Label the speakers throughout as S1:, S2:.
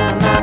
S1: mamá, mamá,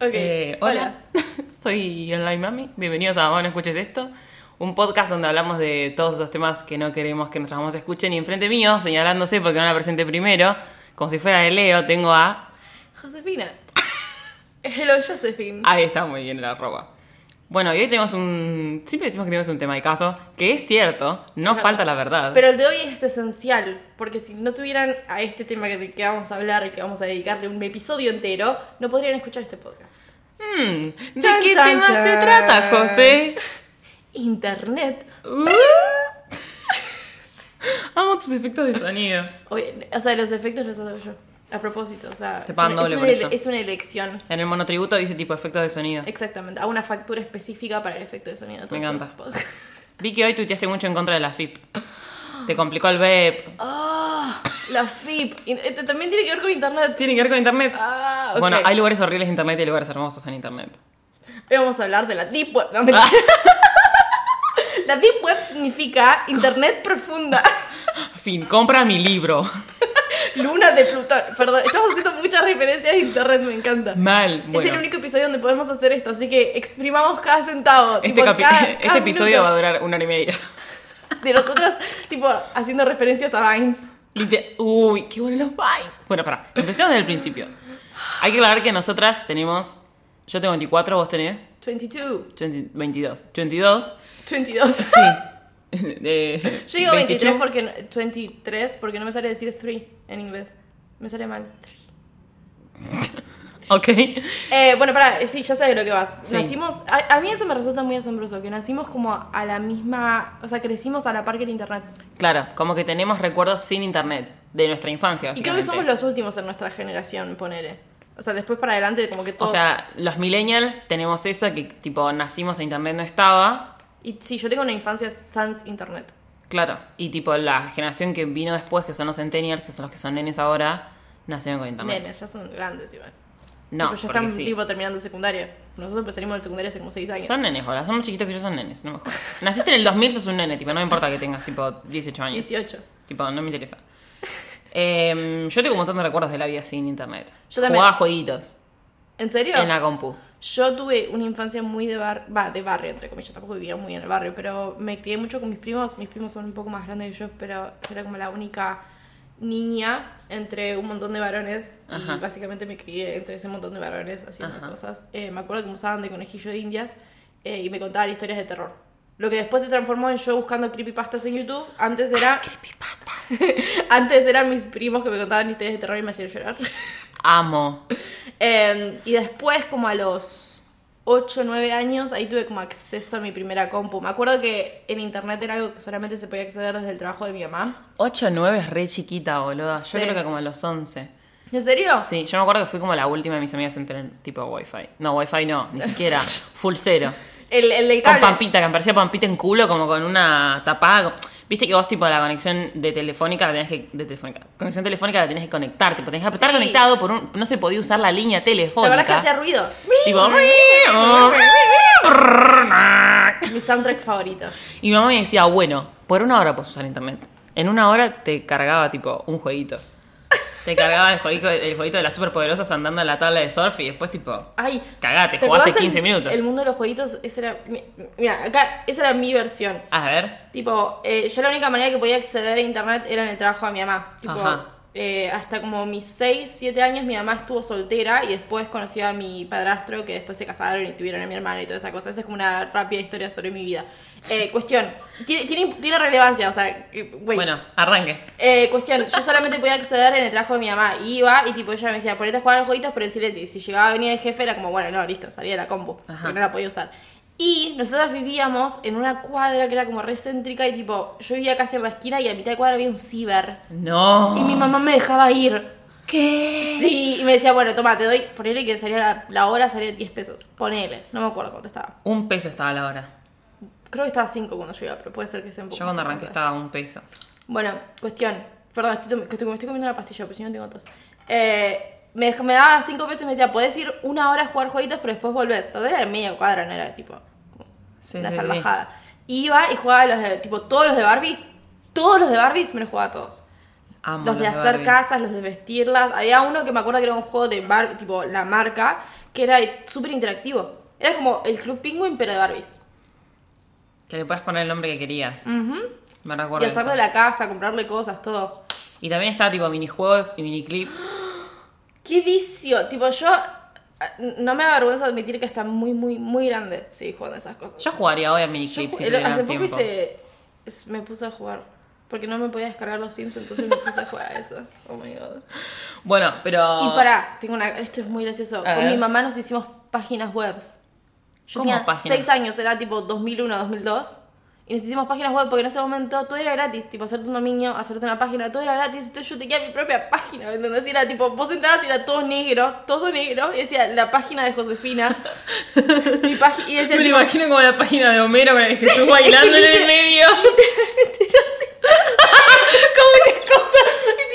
S2: Eh,
S3: Ok,
S2: hola. Soy Online Mami. Bienvenidos a Mamá, no escuches esto. Un podcast donde hablamos de todos los temas que no queremos que nuestras mamás escuchen. Y enfrente mío, señalándose porque no la presenté primero, como si fuera de Leo, tengo a
S3: Josefina. Hello, Josephine.
S2: Ahí está muy bien el arroba. Bueno, y hoy tenemos un. Siempre decimos que tenemos un tema de caso, que es cierto, no falta la verdad.
S3: Pero el de hoy es esencial, porque si no tuvieran a este tema que, que vamos a hablar, que vamos a dedicarle un episodio entero, no podrían escuchar este podcast.
S2: Hmm, ¿De
S3: Chan,
S2: qué
S3: chan,
S2: tema se
S3: chan.
S2: trata, José?
S3: Internet.
S2: Uh. Amo tus efectos de sonido.
S3: Oye, O sea, los efectos los hago yo. A propósito, o sea,
S2: Te
S3: es
S2: pagan
S3: una, es
S2: doble
S3: una
S2: por
S3: ele-
S2: eso.
S3: es una elección.
S2: En el monotributo dice tipo efectos de sonido.
S3: Exactamente, a una factura específica para el efecto de sonido. Todo
S2: Me encanta.
S3: esto- podcast.
S2: Vi que hoy tuiteaste mucho en contra de la FIP. Te complicó el BEP.
S3: Ah, la FIP. In- este también tiene que ver con internet.
S2: Tiene que ver con internet.
S3: Ah, ok.
S2: Bueno, hay lugares horribles en internet y hay lugares hermosos en internet.
S3: Hoy vamos a hablar de la Deep Web. No,
S2: Ah.
S3: mentira. La Deep Web significa Internet profunda.
S2: Fin, compra mi libro.
S3: Luna de Plutón. Perdón, estamos haciendo muchas referencias de Internet, me encanta.
S2: Mal. Bueno.
S3: Es el único episodio donde podemos hacer esto, así que exprimamos cada centavo.
S2: Este,
S3: tipo,
S2: capi-
S3: cada-
S2: este
S3: cada
S2: episodio
S3: minuto
S2: va a durar una hora y media.
S3: De nosotros, tipo, haciendo referencias a Vines.
S2: Lite- Uy, qué buenos los vibes. Bueno, pará, empecemos desde el principio. Hay que aclarar que nosotras tenemos. Yo tengo 24, vos tenés
S3: 22.
S2: 20 22. 22.
S3: 22.
S2: Sí. Eh,
S3: Yo digo
S2: 22.
S3: 23 porque, no- 23 porque no me sale decir 3 en inglés. Me sale mal. Three.
S2: Ok.
S3: Eh, bueno, pará, eh, sí, ya sabes lo que vas.
S2: Sí.
S3: Nacimos, a, a mí eso me resulta muy asombroso, que nacimos como a la misma, o sea, crecimos a la par que el internet.
S2: Claro, como que tenemos recuerdos sin internet de nuestra infancia.
S3: Y creo que
S2: básicamente.
S3: somos los últimos en nuestra generación, ponele. O sea, después para adelante como que
S2: O
S3: todos...
S2: sea, los millennials tenemos eso que tipo nacimos e internet no estaba.
S3: y sí, yo tengo una infancia sans internet.
S2: Claro. Y tipo la generación que vino después, que son los centennials, que son los que son nenes ahora, nacieron con internet.
S3: Nenes, ya son grandes igual.
S2: No,
S3: Tipo, ya
S2: porque
S3: están
S2: sí.
S3: tipo terminando secundaria. Nosotros pues salimos de secundaria hace como 6 años.
S2: Son nenes, boludo. Son más chiquitos que yo, son nenes. No me jodas. Naciste en el 2000, sos un nene, tipo. No me importa que tengas, tipo, 18 años.
S3: 18.
S2: Tipo, no me interesa. Em, yo tengo un montón de recuerdos de la vida sin internet.
S3: Yo también.
S2: Jugaba jueguitos
S3: ¿En serio?
S2: en la compu.
S3: Yo tuve una infancia muy de bar, va, de barrio entre comillas, tampoco vivía muy en el barrio, pero me crié mucho con mis primos, mis primos son un poco más grandes que yo, pero yo era como la única niña entre un montón de varones
S2: Ajá.
S3: y básicamente me crié entre ese montón de varones haciendo
S2: Ajá.
S3: cosas. Eh, me acuerdo que me usaban de conejillo de indias eh, y me contaban historias de terror. Lo que después se transformó en yo buscando creepypastas en YouTube. Antes era. creepypastas. Antes eran mis primos que me contaban historias de terror y me hacían llorar.
S2: Amo.
S3: Eh, y después, como a los 8 o 9 años, ahí tuve como acceso a mi primera compu. Me acuerdo que en internet era algo que solamente se podía acceder desde el trabajo de mi mamá.
S2: 8 o 9 es re chiquita, boluda. Yo
S3: Sí.
S2: creo que como a los 11.
S3: ¿En serio?
S2: Sí, yo me acuerdo que fui como la última de mis amigas en tener tipo wifi. No, wifi no, ni siquiera. Full cero.
S3: El, el del
S2: Con
S3: cable.
S2: Pampita, que me parecía Pampita en culo, como con una tapada. Viste que vos, tipo, la conexión de telefónica la tenés que. De telefónica. Conexión telefónica la tenés que conectar. Tipo, tenés que estar
S3: Sí.
S2: conectado por un. No se podía usar la línea
S3: ¿Te
S2: telefónica.
S3: acuerdas que hacía ruido?
S2: Tipo.
S3: Mi soundtrack favorito.
S2: Y mi mamá me decía, bueno, por una hora puedes usar internet. En una hora te cargaba, tipo, un jueguito. Te cargaba el jueguito, el jueguito de las superpoderosas andando en la tabla de surf y después, tipo.
S3: Ay,
S2: Cagate,
S3: ¿te
S2: jugaste
S3: acordás
S2: 15
S3: el-
S2: minutos.
S3: El mundo de los jueguitos, esa era. mi- Mira, acá, esa era mi versión.
S2: A ver.
S3: Tipo, eh, yo la única manera que podía acceder a internet era en el trabajo de mi mamá. Tipo,
S2: Ajá.
S3: eh, hasta como mis 6, 7 años mi mamá estuvo soltera y después conoció a mi padrastro que después se casaron y tuvieron a mi hermana y toda esa cosa. Esa es como una rápida historia sobre mi vida. Eh, cuestión, tiene, tiene, tiene relevancia, o sea, eh, wait.
S2: Bueno, arranque.
S3: Eh, cuestión, yo solamente podía acceder en el trabajo de mi mamá. Iba y tipo ella me decía, ponete a jugar a los jueguitos, pero en silencio. Y si llegaba a venir el jefe era como, bueno, no, listo, salía de la compu.
S2: Ajá.
S3: Pero no la podía usar. Y nosotros vivíamos en una cuadra que era como recéntrica y tipo, yo vivía casi en la esquina y a mitad de cuadra había un ciber.
S2: No.
S3: Y mi mamá me dejaba ir.
S2: ¿Qué?
S3: Sí, y me decía, bueno, toma, te doy, ponele que salía la, la hora, salía 10 pesos. Ponele, no me acuerdo cuánto estaba.
S2: Un peso estaba la hora.
S3: Creo que estaba 5 cuando yo iba, pero puede ser que sea un poco.
S2: Yo cuando arranqué estaba un peso.
S3: Bueno, cuestión. Perdón, estoy, tom- que estoy- me estoy comiendo una pastilla, pero si no tengo tos. Eh, me, dej- me daba 5 pesos y me decía, podés ir una hora a jugar jueguitos, pero después volvés. Todo era media cuadra, no era tipo
S2: Sí,
S3: una
S2: sí, sí.
S3: salvajada. Iba y jugaba los de, tipo, todos los de Barbies, todos los de Barbies me los jugaba todos.
S2: Amo
S3: Los de hacer
S2: Barbies.
S3: casas, los de vestirlas. Había uno que me acuerdo que era un juego de bar, tipo la marca, que era súper interactivo. Era como el Club Penguin, pero de Barbies.
S2: Que le puedes poner el nombre que querías. Me
S3: y
S2: recuerdo. eso.
S3: hacerle la casa, comprarle cosas, todo.
S2: Y también estaba tipo minijuegos y miniclip.
S3: ¡Qué vicio! Tipo, yo ah, no me avergüenza admitir que está muy, muy, muy grande seguir jugando esas cosas.
S2: Yo jugaría hoy a
S3: Yo
S2: miniclip
S3: ju-
S2: si
S3: el-
S2: tuviera
S3: hace poco
S2: tiempo.
S3: hice- es- me puse a jugar. Porque no me podía descargar los Sims, entonces me puse a jugar a eso. Oh my god.
S2: Bueno, pero.
S3: Y pará, tengo una, esto es muy gracioso.
S2: Ah. A
S3: Con
S2: ver.
S3: mi mamá nos hicimos páginas web. Yo
S2: ¿Cómo
S3: tenía
S2: páginas?
S3: 6 años, era tipo 2001, 2002. Y nos hicimos páginas web porque en ese momento todo era gratis. Tipo, hacerte un dominio, hacerte una página, todo era gratis. Entonces yo tenía mi propia página, ¿me entendés? Y era tipo, vos entrabas y era todo negro, todo negro. Y decía, la página de Josefina. mi página. Y decía,
S2: Me lo
S3: tipo,
S2: imagino como la página de Homero con el Jesús bailando en el medio.
S3: con muchas cosas.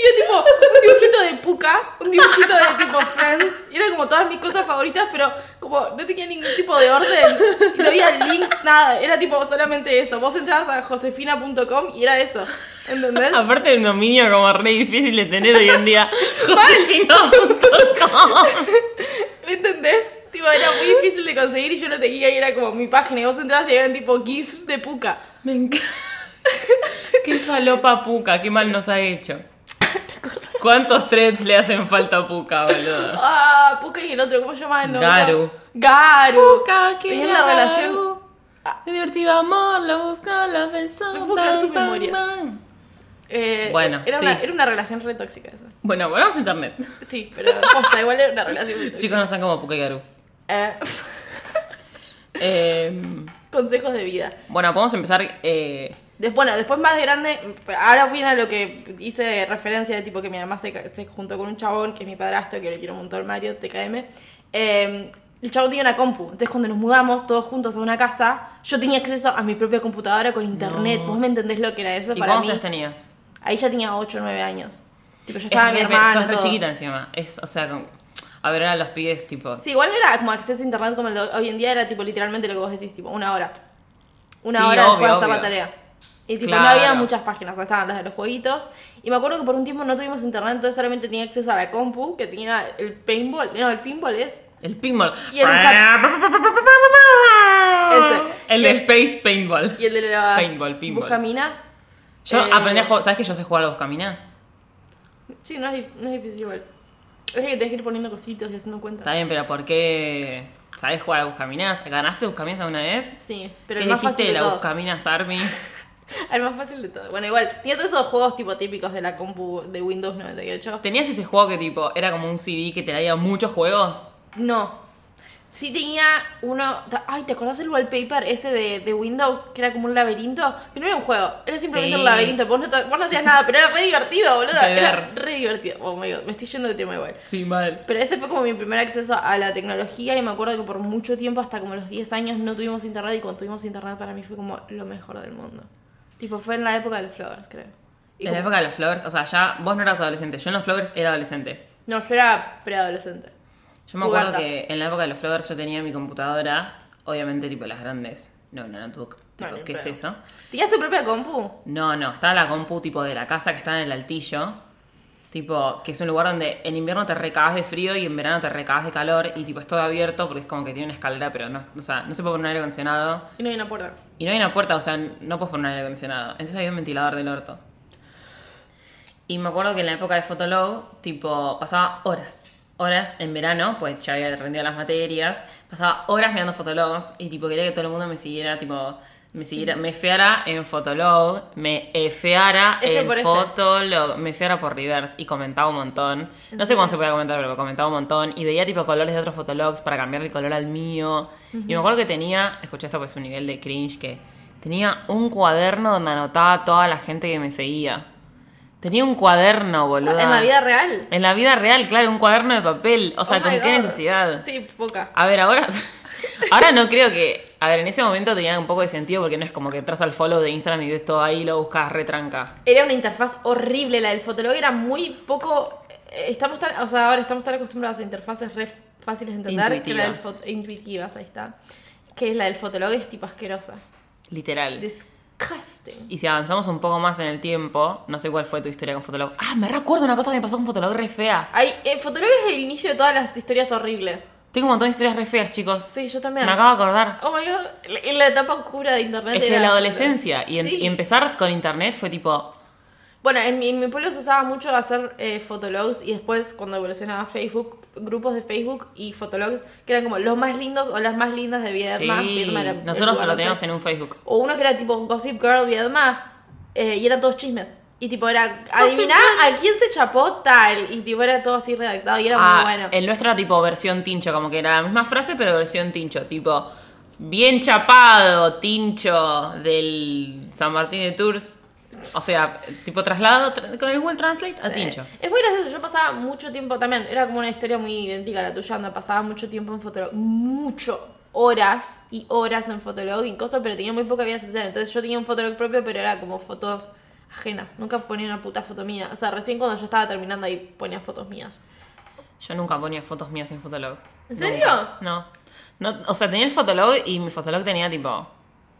S3: Y tenía tipo un dibujito de Puka, un dibujito de tipo Friends. Y eran como todas mis cosas favoritas, pero como no tenía ningún tipo de orden. Y no había links, nada. Era tipo solamente eso. Vos entrabas a josefina.com y era eso. ¿Entendés?
S2: Aparte de un dominio como re difícil de tener hoy en día. Josefino.com
S3: ¿Me entendés? Tipo, era muy difícil de conseguir y yo lo tenía y era como mi página. Y vos entrabas y eran tipo GIFs de Puka.
S2: Me encanta. Qué falopa Puca, qué mal nos ha hecho. ¿Cuántos threads le hacen falta a Puca, boludo?
S3: Ah, Puka y el otro, ¿cómo se llama el novio?
S2: Garu.
S3: Garu.
S2: qué
S3: Tenían una relación.
S2: Qué divertido amor, la busca, la pensó.
S3: No puedo creer tu memoria. Eh,
S2: Bueno,
S3: era,
S2: sí.
S3: una, era una relación re tóxica esa.
S2: Bueno, volvamos a internet.
S3: Sí, pero posta, igual era una relación muy tóxica.
S2: Chicos, no sean como Puca y Garu.
S3: Eh,
S2: Eh,
S3: consejos de vida.
S2: bueno, podemos empezar. eh,
S3: Después, bueno, después más de grande, ahora viene lo que hice de referencia de tipo que mi mamá se, ca- se juntó con un chabón, que es mi padrastro, que le quiero un montón, Mario, TKM. Eh, el chabón tenía una compu, entonces cuando nos mudamos todos juntos a una casa, yo tenía acceso a mi propia computadora con internet. ¿Vos me entendés lo que era eso
S2: ¿Y
S3: para mí?
S2: cuántos años tenías?
S3: Ahí ya tenía 8 o 9 años. Tipo,
S2: Es
S3: yo estaba mi
S2: re-
S3: hermano.
S2: Sos re
S3: todo.
S2: chiquita encima. Es, o sea, con- a ver, ahora los pibes, tipo.
S3: Sí, igual no era como acceso a internet como el de hoy en día, era tipo literalmente lo que vos decís, tipo una hora. Una
S2: Sí,
S3: hora
S2: obvio,
S3: después de hacer la
S2: obvio.
S3: tarea. Y tipo, no
S2: Claro.
S3: había muchas páginas, o sea, estaban las de los jueguitos. Y me acuerdo que por un tiempo no tuvimos internet, entonces solamente tenía acceso a la compu, que tenía el paintball. No, el pinball es.
S2: El pinball.
S3: Y el Ese.
S2: El
S3: Y
S2: de
S3: el-
S2: Space Paintball.
S3: Y el de las
S2: Paintball, pinball.
S3: buscaminas.
S2: Yo
S3: Eh,
S2: aprendí a jugar. ¿Sabes que yo sé jugar a los caminas?
S3: Sí, no es, dif- no es difícil igual. Es que tenés que ir poniendo cositos y haciendo cuentas.
S2: Está bien, pero ¿por qué sabes jugar a Buscaminas? ¿Ganaste Buscaminas alguna vez?
S3: Sí, pero
S2: ¿Qué
S3: el más
S2: dijiste
S3: fácil
S2: de
S3: de
S2: la
S3: todos.
S2: Buscaminas Army?
S3: El más fácil de todo. Bueno, igual, tenía todos esos juegos tipo típicos de la compu de Windows 98.
S2: ¿Tenías ese juego que tipo era como un CD que te traía muchos juegos?
S3: No. Sí tenía uno... ta- Ay, ¿te acordás del wallpaper ese de, de Windows? Que era como un laberinto. Que no era un juego. Era simplemente
S2: Sí.
S3: un laberinto. Vos no, te- vos no hacías nada, pero era re divertido, boludo.
S2: De
S3: Era
S2: ver.
S3: re divertido. Oh my god, me estoy yendo de tema igual.
S2: Sí, mal.
S3: Pero ese fue como mi primer acceso a la tecnología y me acuerdo que por mucho tiempo, hasta como los 10 años, no tuvimos internet y cuando tuvimos internet para mí fue como lo mejor del mundo. Tipo, fue en la época de los flowers, creo. Y
S2: En la
S3: como-
S2: época de los Flowers, o sea, ya vos no eras adolescente, yo en los Flowers era adolescente.
S3: No, yo era preadolescente.
S2: Yo me acuerdo
S3: Puberta.
S2: que en la época de los Flowers yo tenía mi computadora, obviamente tipo las grandes, no, no, notebook,
S3: No,
S2: tipo,
S3: ni
S2: ¿qué es
S3: pedo.
S2: eso?
S3: ¿Tenías tu propia compu?
S2: No, no, estaba la compu tipo de la casa que está en el altillo. Tipo, que es un lugar donde en invierno te recabas de frío y en verano te recabas de calor y tipo es todo abierto porque es como que tiene una escalera, pero no, o sea, no se puede poner aire acondicionado.
S3: Y no hay una puerta.
S2: Y no hay una puerta, o sea, no puedes poner aire acondicionado. Entonces había un ventilador del orto. Y me acuerdo que en la época de Fotolog, tipo, pasaba horas. Horas en verano, pues ya había rendido las materias. Pasaba horas mirando Fotologs y tipo quería que todo el mundo me siguiera, tipo, me siguiera, me feara en Fotolog, me efeara
S3: F por
S2: en
S3: F.
S2: Fotolog, me feara por Rivers y comentaba un montón. No sé cómo se podía comentar, pero comentaba un montón. Y veía tipo colores de otros Fotologs para cambiar el color al mío. Y me acuerdo que tenía, escuché esto pues un nivel de cringe que tenía un cuaderno donde anotaba a toda la gente que me seguía. Tenía un cuaderno, boludo.
S3: En la vida real.
S2: En la vida real, claro, un cuaderno de papel. O sea,
S3: Oh
S2: ¿con
S3: my
S2: qué
S3: God.
S2: necesidad?
S3: Sí, poca.
S2: A ver, ahora. Ahora no creo que. A ver, en ese momento tenía un poco de sentido porque no es como que entras al follow de Instagram y ves todo ahí y lo buscas retranca.
S3: Era una interfaz horrible, la del Fotolog era muy poco... eh, Estamos tan, o sea, ahora estamos tan acostumbrados a interfaces re fáciles de entender que la del
S2: Intuitivas.
S3: fot- intuitivas, ahí está. Que la del Fotolog es tipo asquerosa.
S2: Literal.
S3: Disgusting.
S2: Y si avanzamos un poco más en el tiempo, no sé cuál fue tu historia con Fotolog. Ah, me recuerdo una cosa que me pasó con Fotolog re fea.
S3: Ay, eh, Fotolog es el inicio de todas las historias horribles.
S2: Tengo un montón de historias re feas, chicos.
S3: Sí, yo
S2: me
S3: también.
S2: acabo de acordar.
S3: Oh my god, la- la etapa oscura de internet
S2: Es que
S3: era
S2: de la
S3: Fotolog.
S2: adolescencia y, en-
S3: Sí.
S2: y empezar con internet fue tipo.
S3: Bueno, en mi, en mi pueblo se usaba mucho hacer eh, fotologs y después cuando evolucionaba Facebook, grupos de Facebook y fotologs que eran como los más lindos o las más lindas de Viedma.
S2: sí,
S3: Viedma era el
S2: nosotros
S3: lugar,
S2: lo
S3: no sé.
S2: teníamos en un Facebook.
S3: O uno que era tipo Gossip Girl Viedma eh, y eran todos chismes. Y tipo era,
S2: Gossip
S3: adiviná a quién se chapó tal. Y tipo era todo así redactado y era
S2: Ah,
S3: muy bueno.
S2: El nuestro era tipo versión tincho, como que era la misma frase, pero versión tincho. Tipo, bien chapado, tincho del San Martín de Tours. O sea, tipo traslado tra- con el Google Translate a
S3: Sí.
S2: tincho.
S3: Es muy gracioso, yo pasaba mucho tiempo también, era como una historia muy idéntica a la tuya, anda, pasaba mucho tiempo en Fotolog, mucho, horas y horas en Fotolog y cosas, pero tenía muy poca vida social, entonces yo tenía un Fotolog propio, pero era como fotos ajenas, nunca ponía una puta foto mía, o sea, recién cuando yo estaba terminando ahí ponía fotos mías.
S2: Yo nunca ponía fotos mías en Fotolog.
S3: ¿En
S2: Nunca.
S3: serio?
S2: No. no. O sea, tenía el Fotolog y mi Fotolog tenía tipo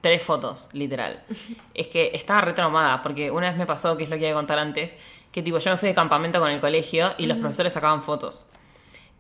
S2: tres fotos, literal. es que estaba re traumada porque una vez me pasó, que es lo que iba a contar antes, que tipo yo me fui de campamento con el colegio y los profesores sacaban fotos.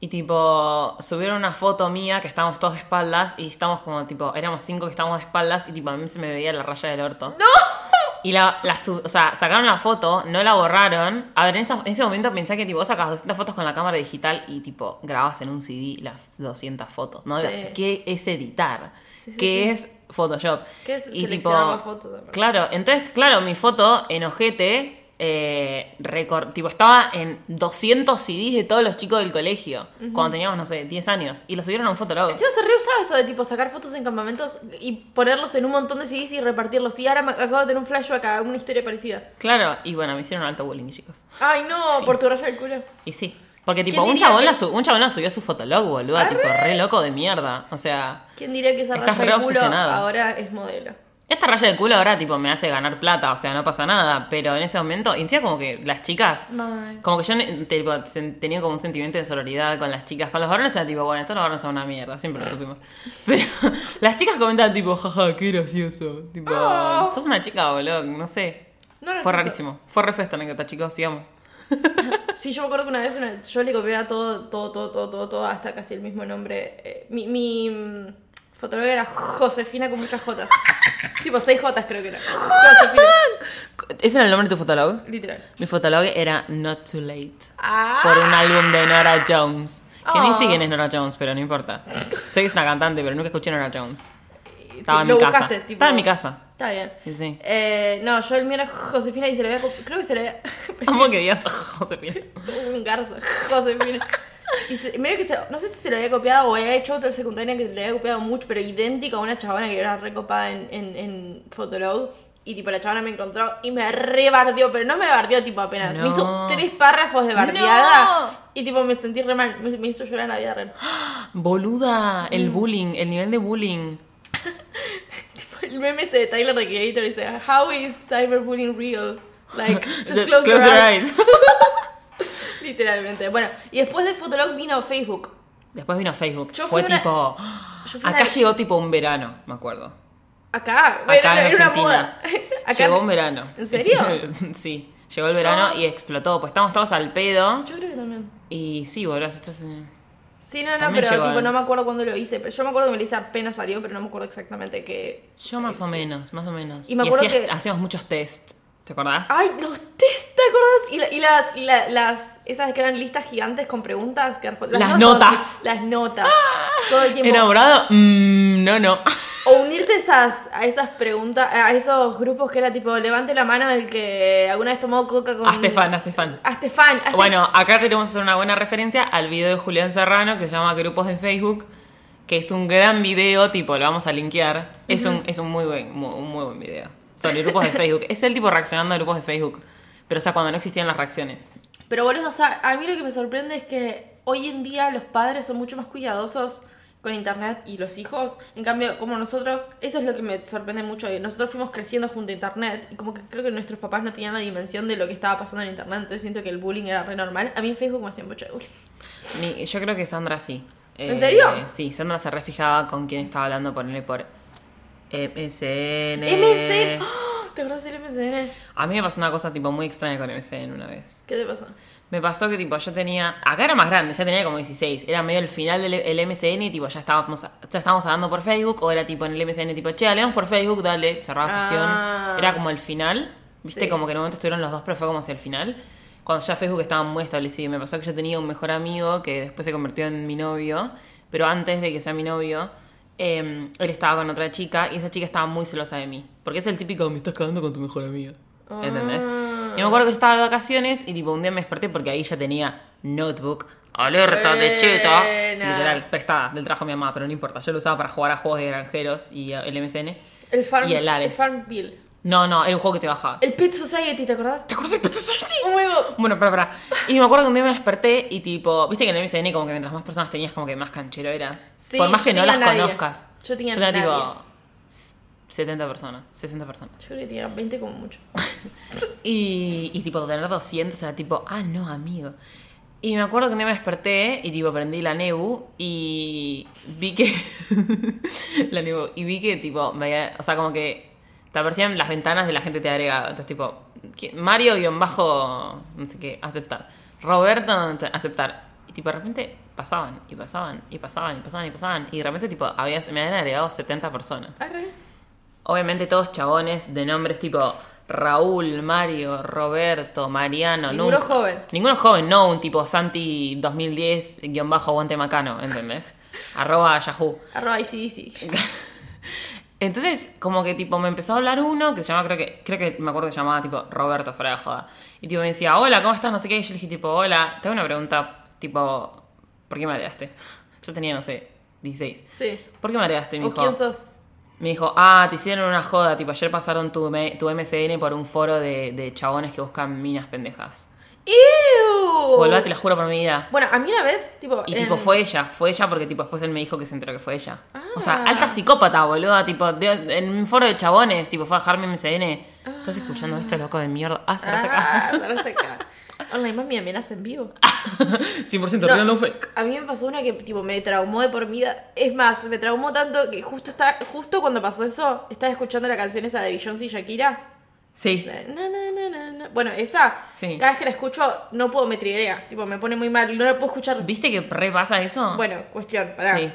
S2: Y tipo, subieron una foto mía que estábamos todos de espaldas y estábamos como tipo, éramos cinco que estábamos de espaldas y tipo a mí se me veía la raya del orto. ¡No! Y la, la sub- o sea, sacaron la foto, no la borraron. A ver, en, esa- en ese momento pensé que tipo, vos sacas 200 fotos con la cámara digital y tipo, grabas en un CD las 200 fotos, ¿no?
S3: Sí.
S2: ¿Qué es editar?
S3: Sí, sí,
S2: ¿Qué
S3: sí.
S2: es Photoshop?
S3: ¿Qué es
S2: Y,
S3: seleccionar
S2: tipo,
S3: la foto? también?
S2: Claro, entonces, claro, mi foto en ojete, eh, recor- tipo, estaba en 200 CDs de todos los chicos del colegio, cuando teníamos, no sé, 10 años, y la subieron a un fotolog.
S3: Encima se reusaba eso de tipo sacar fotos en campamentos y ponerlos en un montón de CDs y repartirlos. Y ahora me acabo de tener un flashback a una historia parecida.
S2: Claro, y bueno, me hicieron alto bullying, chicos.
S3: Ay no, por tu raya del culo.
S2: Y sí, porque tipo,
S3: ¿Quién
S2: un
S3: diría
S2: chabón,
S3: que-
S2: la su- un chabón la subió a su fotolog, boluda, tipo, re loco de mierda. O sea,
S3: ¿Quién diría que esa
S2: Estás
S3: raya de
S2: re
S3: culo
S2: obsesionada.
S3: ahora es modelo?
S2: Esta raya de culo ahora, tipo, me hace ganar plata, o sea, no pasa nada, pero en ese momento, y encima como que las chicas,
S3: Mal.
S2: como que yo ne- te- tipo, sen- tenía como un sentimiento de sororidad con las chicas, con los varones era tipo, bueno, estos los varones son una mierda, siempre lo supimos. Pero las chicas comentaban tipo, jaja, qué gracioso, tipo,
S3: Oh.
S2: sos una chica, boludo, no sé.
S3: No era
S2: Fue
S3: gracioso.
S2: rarísimo, fue re fea esta anécdota, chicos, sigamos.
S3: Sí, yo me acuerdo que una vez una- yo le copiaba todo, todo, todo, todo, todo, todo, hasta casi el mismo nombre. Eh, mi mi mm, fotóloga era Josefina con muchas Jotas. tipo seis Jotas creo que era. Josefina.
S2: ¿Ese era el nombre de tu fotolog?
S3: Literal.
S2: Mi fotolog era Not Too Late.
S3: Ah,
S2: por un álbum de Nora Jones. Que ni
S3: Oh.
S2: sé quién es Nora Jones, pero no importa. Sé que es una cantante, pero nunca escuché a Nora Jones. Estaba en
S3: lo
S2: mi casa.
S3: buscaste, tipo-
S2: Estaba en mi casa.
S3: Está bien.
S2: Sí, sí.
S3: Eh, no, yo el mío era Josefina y se le había... co- Creo que se le había...
S2: ¿Cómo que digas Josefina?
S3: un garzo, Josefina. Y se- medio que se, no sé si se lo había copiado o había hecho otro secundario que le había copiado mucho, pero idéntico a una chabona que era recopada en, en, en Fotolog. Y tipo, la chabona me encontró y me rebardeó, pero no me bardeó tipo apenas. Me hizo
S2: No.
S3: tres párrafos de bardeada. Y tipo, me sentí re mal. Me, me hizo llorar en la vida real.
S2: Boluda,
S3: Mm.
S2: el bullying, el nivel de bullying.
S3: Tipo, el meme ese de Tyler de Creator dice: How is cyberbullying real? Like, just
S2: Just
S3: close, your, eyes.
S2: eyes.
S3: Literalmente. Bueno, y después de Fotolog vino Facebook.
S2: Después vino Facebook.
S3: Yo
S2: Fue
S3: fui una-
S2: tipo.
S3: Yo fui
S2: Acá
S3: una-
S2: llegó tipo un verano, me acuerdo.
S3: Acá, bueno,
S2: Acá en
S3: era una
S2: Argentina.
S3: moda. Acá,
S2: Llegó un verano.
S3: ¿En serio?
S2: sí. Llegó el verano y explotó. Pues estamos todos al pedo.
S3: Yo creo que también.
S2: Y sí, boludo. esto es- eh,
S3: Sí, no, no,
S2: También
S3: pero
S2: llegó,
S3: tipo,
S2: ¿eh?
S3: no me acuerdo cuándo lo hice. Pero yo me acuerdo que me lo hice apenas salió, pero no me acuerdo exactamente qué.
S2: Yo más o
S3: Sí.
S2: menos, más o menos.
S3: Y me acuerdo
S2: hacías-
S3: que-
S2: hacíamos muchos test, ¿te acordás?
S3: Ay, los test, ¿te acordás? Y, la- y las, y la- las. Esas que eran listas gigantes con preguntas que respond-
S2: Las
S3: todas-
S2: notas.
S3: Las notas. Todo el tiempo.
S2: ¿Enamorado? Mm, no, no.
S3: O unirte a esas, a esas preguntas, a esos grupos que era tipo, levante la mano el que alguna vez tomó coca con.
S2: A Stefan, a Stefan.
S3: A Stefan. a Stef-
S2: Bueno, acá tenemos que hacer una buena referencia al video de Julián Serrano que se llama Grupos de Facebook, que es un gran video, tipo, lo vamos a linkear. Es, un, es un muy buen, muy, un muy buen video. Sobre grupos de Facebook. Es el tipo reaccionando a grupos de Facebook. Pero o sea, cuando no existían las reacciones.
S3: Pero boludo, o sea, a mí lo que me sorprende es que hoy en día los padres son mucho más cuidadosos con internet y los hijos. En cambio, como nosotros, eso es lo que me sorprende mucho. que Nosotros fuimos creciendo junto a internet y como que creo que nuestros papás no tenían la dimensión de lo que estaba pasando en internet. Entonces siento que el bullying era re normal. A mí en Facebook me hacían mucho de bullying.
S2: Ni- Yo creo que Sandra sí. Eh,
S3: ¿En serio?
S2: Sí, Sandra se refijaba con quién estaba hablando, ponerle por E MSN.
S3: E MSN. ¡Ah! ¿Te acuerdas del MSN?
S2: A mí me pasó una cosa tipo muy extraña con E MSN una vez.
S3: ¿Qué te pasó?
S2: Me pasó que tipo yo tenía, acá era más grande, ya tenía como 16, era medio el final del el MSN y tipo ya estábamos, ya estábamos hablando por Facebook o era tipo en el MSN tipo, che, hablemos por Facebook, dale, cerraba sesión.
S3: Ah.
S2: Era como el final, viste
S3: Sí.
S2: como que en un momento estuvieron los dos, pero fue como hacia el final. Cuando ya Facebook estaba muy establecido, me pasó que yo tenía un mejor amigo que después se convirtió en mi novio, pero antes de que sea mi novio, eh, él estaba con otra chica y esa chica estaba muy celosa de mí, porque es el típico, me estás cagando con tu mejor amiga. ¿Entendés?
S3: Ah.
S2: Y me acuerdo que yo estaba de vacaciones y tipo un día me desperté porque ahí ya tenía notebook, alerta de cheta,
S3: Buena.
S2: literal, prestada del trabajo de mi mamá, pero no importa, yo lo usaba para jugar a juegos de granjeros y a- el MSN.
S3: El Farm,
S2: Y el Ares.
S3: el Farm Bill.
S2: No, no, era un juego que te bajabas.
S3: El Pet Society, ¿te acordás?
S2: ¿Te acuerdas del Pet Society?
S3: Un huevo.
S2: Bueno, para, para. Y me acuerdo que un día me desperté y tipo, viste que en el MSN como que mientras más personas tenías como que más canchero eras.
S3: Sí,
S2: Por más
S3: yo
S2: que no las
S3: tenía nadie.
S2: conozcas.
S3: Yo tenía
S2: Yo era
S3: nadie.
S2: tipo 70 personas, 60 personas.
S3: Yo creo que tenía 20 como mucho.
S2: Y, y, tipo, tener 200 era tipo, ah, no, amigo. Y me acuerdo que un día me desperté y tipo prendí la Nebu y vi que. la Nebu. Y vi que tipo, me había- o sea, como que te aparecían las ventanas de la gente que te agregaba. Entonces, tipo, ¿quién? Mario guión bajo, no sé qué, aceptar. Roberto, aceptar. Y tipo, de repente pasaban y pasaban y pasaban y pasaban y pasaban. Y de repente, tipo, había, me habían agregado 70 personas.
S3: Arre.
S2: Obviamente todos chabones de nombres tipo Raúl, Mario, Roberto, Mariano.
S3: Ninguno
S2: nunca-
S3: joven.
S2: Ninguno joven, no un tipo Santi 2010 guión bajo guante macano, ¿entendés? Arroba Yahoo.
S3: Arroba ICDC.
S2: Entonces, como que tipo, me empezó a hablar uno que se llamaba, creo que, creo que me acuerdo que se llamaba tipo Roberto fuera de joda. Y tipo me decía, hola, ¿cómo estás? No sé qué. Y yo le dije, tipo, hola, te hago una pregunta, tipo, ¿por qué me agregaste? Yo tenía, no sé, 16.
S3: Sí.
S2: ¿Por qué me agregaste? Y me
S3: ¿Vos
S2: dijo,
S3: quién sos?
S2: me dijo, ah, te hicieron una joda, tipo, ayer pasaron tu, me- tu MCN por un foro de, de chabones que buscan minas pendejas.
S3: ¡Ew!
S2: Volvá, te la juro por mi vida.
S3: Bueno, a mí una vez, tipo.
S2: Y
S3: en-
S2: tipo, fue ella, fue ella porque tipo después él me dijo que se enteró que fue ella. O sea,
S3: Ah.
S2: alta psicópata, boluda, tipo, de- en un foro de chabones, tipo, fue a dejarme MCN. Estás escuchando esto, loco de mierda. Ah, se lo saca.
S3: Ah, ahora está acá. Online mami amenaza en vivo.
S2: 100%
S3: No.
S2: real, no fake.
S3: A mí me pasó una que tipo me traumó de por vida. Es más, me traumó tanto que justo está, justo cuando pasó eso, estaba escuchando la canción esa de Beyoncé y Shakira.
S2: Sí.
S3: La- na, na, na, na, na. Bueno, esa,
S2: Sí.
S3: cada vez que la escucho, no puedo, me triguea. Tipo, me pone muy mal. No la puedo escuchar.
S2: ¿Viste que re pasa eso?
S3: Bueno, cuestión, pará.
S2: Sí.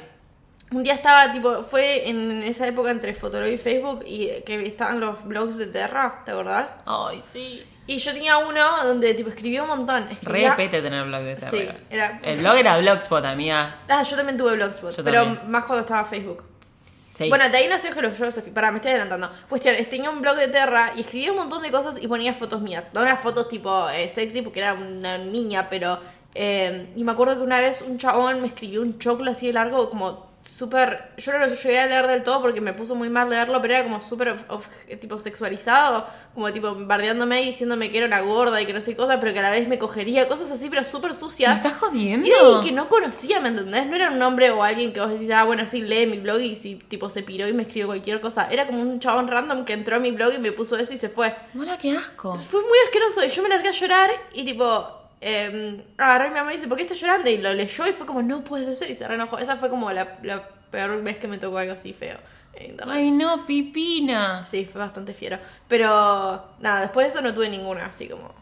S3: Un día estaba, tipo, fue en esa época entre Fotolog y Facebook y que estaban los blogs de Terra, ¿te acordás?
S2: Ay, sí.
S3: Y yo tenía uno donde, tipo, escribía un montón. Escribía...
S2: Repete tener blog de
S3: Sí,
S2: terror.
S3: era-
S2: El blog era Blogspot, amiga.
S3: Ah, yo también tuve Blogspot,
S2: Yo
S3: pero
S2: también.
S3: más cuando estaba Facebook.
S2: Sí.
S3: Bueno, de ahí nació Hello Joseph. Pará, me estoy adelantando. Cuestión, es- tenía un blog de Terra y escribía un montón de cosas y ponía fotos mías. No unas fotos tipo eh, sexy porque era una niña, pero. eh, y me acuerdo que una vez un chabón me escribió un choclo así de largo, como súper. Yo no lo llegué a leer del todo porque me puso muy mal leerlo, pero era como súper of- of- tipo sexualizado, como tipo bardeándome y diciéndome que era una gorda y que no sé qué cosa, pero que a la vez me cogería, cosas así, pero súper
S2: ¿Me
S3: sucias.
S2: estás jodiendo?
S3: Era alguien que no conocía, ¿me entendés? No era un hombre o alguien que vos decís, ah, bueno, sí, lee mi blog y si tipo se piró y me escribió cualquier cosa. Era como un chabón random que entró a mi blog y me puso eso y se fue.
S2: Mola, qué asco.
S3: Fue muy asqueroso y yo me largué a llorar y tipo, eh, agarré a mi mamá y dice, ¿por qué estás llorando? Y lo leyó y fue como, no puede ser y se reenojó. Esa fue como la, la peor vez que me tocó algo así feo. en internet.
S2: Ay, no, pipina.
S3: Sí, fue bastante fiero. Pero nada, después de eso no tuve ninguna, así como...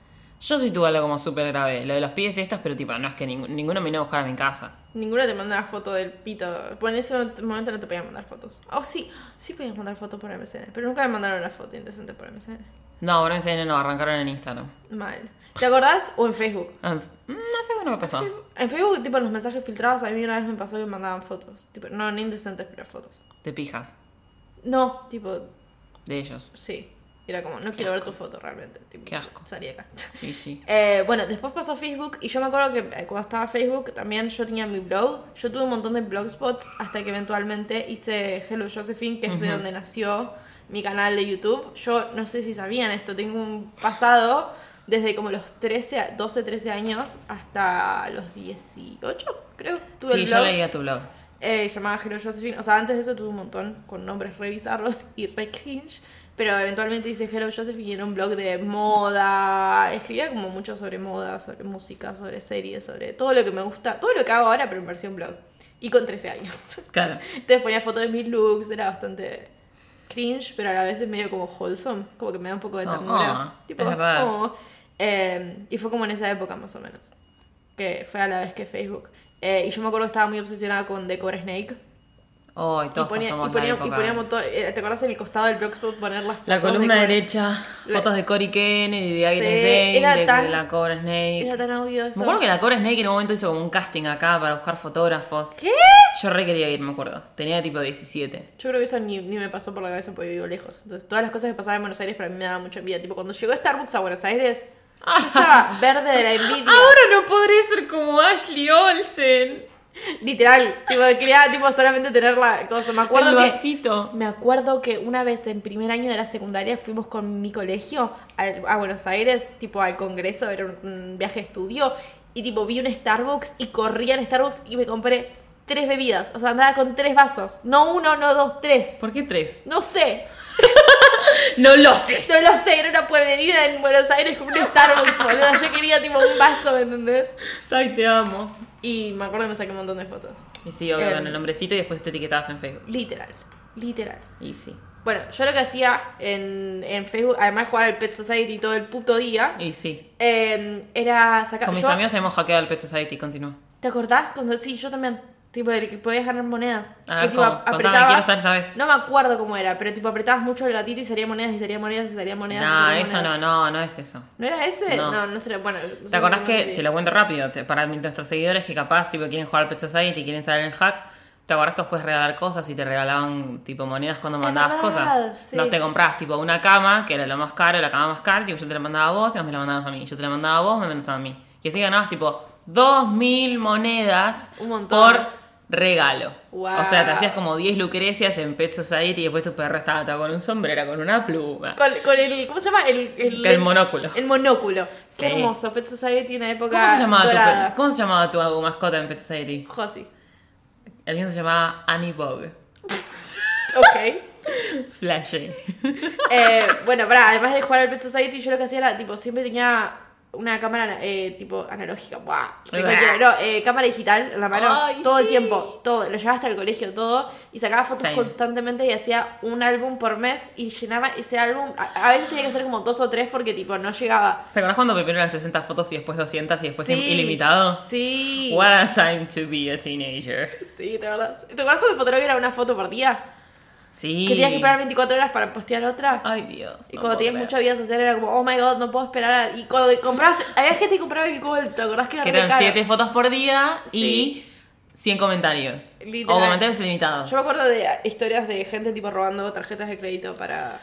S2: Yo sí tuve algo como súper grave. Lo de los pies y estos, pero tipo, no es que ning- ninguno me vino a buscar a mi casa.
S3: Ninguna te manda foto del pito. Bueno, en ese momento no te podían mandar fotos. Oh, sí, sí podías mandar fotos por MSN, pero nunca me mandaron una foto indecente por MSN.
S2: No, ahora MSN no, arrancaron en Instagram.
S3: Mal. ¿Te acordás? O en Facebook.
S2: Ah, en F- mm, No, fue no me pasó.
S3: En Facebook, tipo, en los mensajes filtrados, a mí una vez me pasó que me mandaban fotos. Tipo, no, no indecentes, pero fotos.
S2: Te pijas.
S3: No, tipo,
S2: De ellos.
S3: sí. Era como, no quiero ver tu foto realmente. Tipo,
S2: Qué asco.
S3: Salí de acá.
S2: Sí, sí.
S3: Eh, bueno, después pasó Facebook y yo me acuerdo que eh, cuando estaba Facebook también yo tenía mi blog. Yo tuve un montón de blogspots hasta que eventualmente hice Hello Josephine, que es de donde nació mi canal de YouTube. Yo no sé si sabían esto, tengo un pasado desde como los 13, a- 12, 13 años hasta los 18, creo. Tuve
S2: Sí,
S3: el
S2: yo
S3: blog
S2: leía tu blog.
S3: eh, llamada Hello Josephine. O sea, antes de eso tuve un montón con nombres re bizarros y re cringe. Pero eventualmente hice Hello Josephine y era un blog de moda. Escribía como mucho sobre moda, sobre música, sobre series, sobre todo lo que me gusta. Todo lo que hago ahora, pero en versión blog. Y con 13 años.
S2: Claro.
S3: Entonces ponía fotos de mis looks, era bastante cringe, pero a la vez es medio como wholesome, como que me da un poco de
S2: Oh,
S3: ternura.
S2: oh, es verdad.
S3: oh. Eh, y fue como en esa época más o menos, que fue a la vez que Facebook. Eh, y yo me acuerdo que estaba muy obsesionada con Decor Snake.
S2: Oh, y
S3: Y
S2: todos
S3: ponía,
S2: pasamos
S3: y
S2: la
S3: ponía, y
S2: época.
S3: ponía un montón- eh, ¿Te acuerdas en el costado del blogspot poner las
S2: la
S3: fotos de
S2: columna
S3: Cor-
S2: derecha,
S3: La-
S2: fotos de Cory Kennedy, de Agnes
S3: Sí,
S2: Bay,
S3: era
S2: de,
S3: tan-
S2: de la Cobra Snake.
S3: Era tan obvio eso.
S2: Me acuerdo que la Cobra Snake en un momento hizo como un casting acá para buscar fotógrafos.
S3: ¿Qué?
S2: Yo re quería ir, me acuerdo. Tenía tipo 17.
S3: Yo creo que eso ni, ni me pasó por la cabeza porque vivo lejos. Entonces, todas las cosas que pasaban en Buenos Aires para mí me daban mucha envidia. Tipo, cuando llegó Starbucks a Buenos Aires, yo estaba verde de la envidia.
S2: no podré ser como Ashley Olsen.
S3: Literal, tipo, quería tipo, solamente tener la cosa. Me acuerdo
S2: El
S3: que.
S2: vasito.
S3: Me acuerdo que una vez en primer año de la secundaria fuimos con mi colegio al- a, Buenos Aires, tipo al congreso, era un, un viaje de estudio, y tipo vi un Starbucks y corrí al Starbucks y me compré tres bebidas. O sea, andaba con tres vasos. No uno, no dos, tres.
S2: ¿Por qué tres?
S3: No sé,
S2: No lo sé.
S3: no lo sé, era una pueblerina en Buenos Aires con un Starbucks, boludo. Yo quería tipo un vaso, ¿me entendés?
S2: Ay, te amo. Em.
S3: Y me acuerdo que me saqué un montón de fotos.
S2: Y sí, obvio,
S3: Eh.
S2: con el nombrecito y después te etiquetabas en Facebook.
S3: Literal, literal.
S2: Y sí.
S3: Bueno, yo lo que hacía en, en Facebook, además de jugar al Pet Society todo el puto día,
S2: Y sí.
S3: eh, era sacar.
S2: Con mis
S3: yo-
S2: amigos hemos hackeado el Pet Society, continúa.
S3: ¿Te acordás cuando sí, yo también? Tipo, de que podías ganar monedas.
S2: A
S3: que,
S2: ver,
S3: tipo,
S2: ¿cómo? Ah, Contame, quiero saber esta vez.
S3: No me acuerdo cómo era, pero tipo apretabas mucho el gatito y salía monedas y salía monedas y salía monedas. y
S2: No,
S3: salían
S2: eso no,
S3: monedas.
S2: no, no es eso.
S3: ¿No era ese?
S2: No.
S3: No, no, sería. Bueno.
S2: ¿Te acordás que, te lo cuento rápido, te- para nuestros seguidores que capaz tipo quieren jugar al Pet Society, quieren saber el hack, ¿te acordás que os puedes regalar cosas y te regalaban tipo monedas cuando mandabas
S3: verdad,
S2: cosas?
S3: sí.
S2: No te comprabas tipo una cama, que era lo más caro, la cama más cara, tipo yo te la mandaba a vos y vos me la mandabas a mí, yo te la mandaba a vos, me la mandabas a mí. Y así ganabas tipo 2000 monedas
S3: Un montón.
S2: por regalo.
S3: Wow.
S2: O sea, te hacías como 10 lucrecias en Pet Society y después tu perra estaba toda con un sombrero, con una pluma.
S3: Con, con el. ¿Cómo se llama? El, el,
S2: El monóculo.
S3: El monóculo.
S2: Sí.
S3: Qué hermoso. Pet Society, una época.
S2: ¿Cómo se, llamaba tu,
S3: dorada.
S2: pet- ¿Cómo se llamaba tu mascota en Pet Society?
S3: Josie.
S2: El mío se llamaba Annie Vogue.
S3: Ok.
S2: Flashé.
S3: Eh, bueno, pará, además de jugar al Pet Society, yo lo que hacía era, tipo, siempre tenía una cámara, eh, tipo, analógica, ¡buah! de cualquiera, no, eh, cámara digital en la mano,
S2: Ay,
S3: todo el
S2: sí.
S3: tiempo, todo, lo llevaba hasta el colegio, todo, y sacaba fotos
S2: Same.
S3: constantemente y hacía un álbum por mes y llenaba ese álbum, a, a veces tenía que hacer como dos o tres porque, tipo, no llegaba.
S2: ¿Te acuerdas cuando primero eran 60 fotos y después 200 y después
S3: Sí,
S2: ilimitado?
S3: Sí.
S2: What a time to be a teenager.
S3: Sí, de verdad. ¿Te acuerdas cuando el fotógrafo era una foto por día?
S2: Sí.
S3: Que tenías que esperar 24 horas para postear otra.
S2: Ay, Dios.
S3: Y
S2: no
S3: cuando
S2: puedo
S3: tenías
S2: creer.
S3: mucha vida social era como, oh my god, no puedo esperar. a- Y cuando comprabas, había gente que compraba el gold, ¿te acordás que era
S2: Que
S3: re
S2: eran
S3: caro?
S2: 7 fotos por día
S3: Sí.
S2: y 100 comentarios.
S3: Literal.
S2: O comentarios ilimitados.
S3: Yo me acuerdo de historias de gente tipo robando tarjetas de crédito para.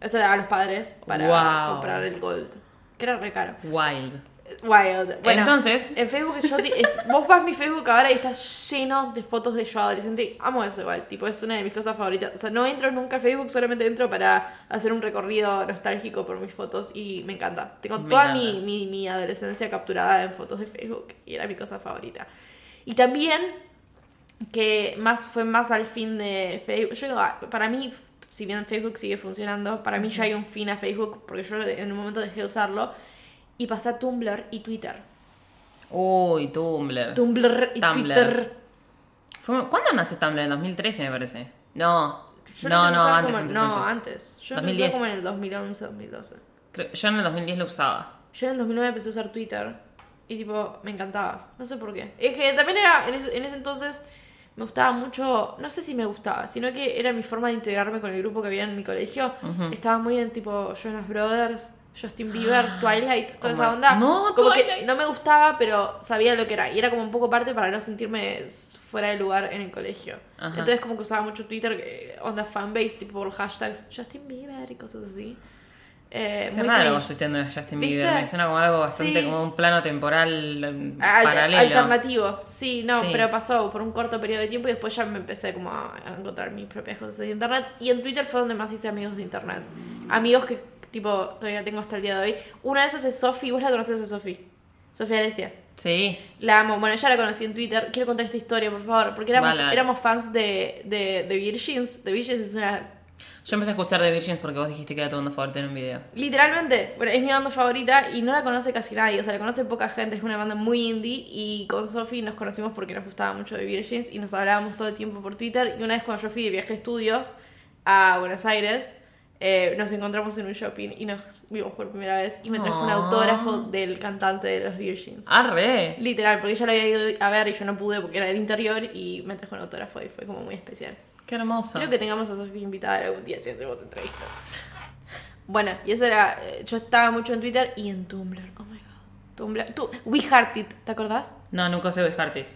S3: O sea, a los padres para
S2: Wow.
S3: comprar el gold. Que era re caro.
S2: Wild.
S3: Wild. Bueno,
S2: Entonces-
S3: En Facebook yo te- es- vos vas a mi Facebook ahora y está lleno de fotos de yo adolescente. Amo eso igual. Tipo, es una de mis cosas favoritas. O sea, no entro nunca a Facebook, solamente entro para hacer un recorrido nostálgico por mis fotos y me encanta. Tengo
S2: Me
S3: toda
S2: encanta.
S3: mi, mi- mi adolescencia capturada en fotos de Facebook y era mi cosa favorita. Y también que más fue más al fin de Facebook. Yo digo, ah, para mí, si bien Facebook sigue funcionando, para mí ya hay un fin a Facebook porque yo en un momento dejé de usarlo y pasé a Tumblr y Twitter.
S2: Uy, Tumblr.
S3: Tumblr y
S2: Tumblr.
S3: Twitter.
S2: Fue- ¿Cuándo nace Tumblr? En 2013 me parece. No.
S3: Yo lo
S2: no,
S3: empecé
S2: no,
S3: a usar
S2: antes,
S3: como-
S2: antes,
S3: No,
S2: antes.
S3: antes. Yo lo empecé
S2: 2010.
S3: a usar como en el 2011, 2012.
S2: Creo- Yo en el 2010 lo usaba.
S3: Yo en el 2009 empecé a usar Twitter y tipo, me encantaba. No sé por qué. Es que también era, en ese, en ese entonces me gustaba mucho, no sé si me gustaba, sino que era mi forma de integrarme con el grupo que había en mi colegio. Estaba muy en tipo Jonas Brothers, Justin Bieber, Twilight, toda
S2: Oh
S3: esa
S2: my-
S3: onda.
S2: No,
S3: Como que
S2: Twilight.
S3: no me gustaba, pero sabía lo que era. Y era como un poco parte para no sentirme fuera de lugar en el colegio.
S2: Ajá.
S3: Entonces como que usaba mucho Twitter, eh, onda fanbase, tipo por hashtags Justin Bieber y cosas así. Eh,
S2: Qué
S3: muy
S2: raro
S3: cringe.
S2: vos tuiteando de Justin
S3: ¿Viste?
S2: Bieber. Me suena como algo bastante
S3: Sí.
S2: como un plano temporal em,
S3: Al-
S2: paralelo.
S3: alternativo, sí, no,
S2: Sí.
S3: pero pasó por un corto periodo de tiempo y después ya me empecé como a a encontrar mis propias cosas en internet y en Twitter fue donde más hice amigos de internet, amigos que tipo, todavía tengo hasta el día de hoy. Una de esas es Sofi, vos la conoces a Sofi. Sofía Alesia.
S2: Sí.
S3: La amo. Bueno, ya la conocí en Twitter. Quiero contar esta historia, por favor. Porque éramos,
S2: Vale, dale.
S3: éramos fans de, de, de Virgins. The Virgins es una.
S2: Yo empecé a escuchar The Virgins porque vos dijiste que era tu banda favorita en un video.
S3: Literalmente, bueno, es mi banda favorita y no la conoce casi nadie. O sea, la conoce poca gente. Es una banda muy indie. Y con Sofi nos conocimos porque nos gustaba mucho de Virgins y nos hablábamos todo el tiempo por Twitter. Y una vez cuando yo fui de viaje a estudios a Buenos Aires. eh, nos encontramos en un shopping y nos vimos por primera vez y me trajo un
S2: Aw.
S3: autógrafo del cantante de los Virgins.
S2: ¡Arre!
S3: Literal, porque yo la había ido a ver y yo no pude porque era del interior y me trajo un autógrafo y fue como muy especial.
S2: ¡Qué hermoso!
S3: Creo que tengamos a Sofía invitada algún día si hacemos entrevistas. Bueno, y esa era. eh, Yo estaba mucho en Twitter y en Tumblr. Oh my god. Tumblr. Tú, We Heart It, ¿te acordás?
S2: No, nunca usé WeHearted.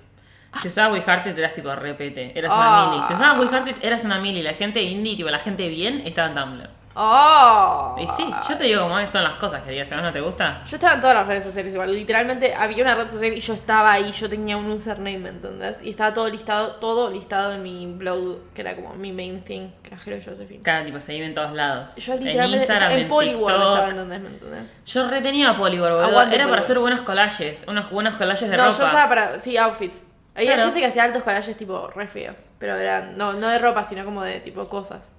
S2: Si usabas WeHearted eras tipo repete, eras
S3: Ah.
S2: una mili. Si usabas WeHearted eras una mili. La gente indie, tipo la gente bien, estaba en Tumblr.
S3: ¡Oh!
S2: Y sí, yo te digo como son las cosas que digas, si a vos no te gusta.
S3: Yo estaba en todas las redes sociales igual. Literalmente había una red social y yo estaba ahí. Yo tenía un username, ¿me entendés? Y estaba todo listado, todo listado en mi blog, que era como mi main thing, que era Hero Josephine.
S2: Claro, tipo, seguime en todos lados.
S3: Yo literalmente en, en Polyworld
S2: TikTok.
S3: estaba, ¿entendés? ¿Me entendés?
S2: Yo retenía Polybor, boludo.
S3: Aguante
S2: Era para
S3: Polybor.
S2: hacer buenos collages, unos buenos collages de
S3: No,
S2: ropa.
S3: yo usaba para, sí, outfits. Había
S2: Claro.
S3: gente que hacía altos collages tipo re feos, pero eran, no, no de ropa, sino como de tipo cosas.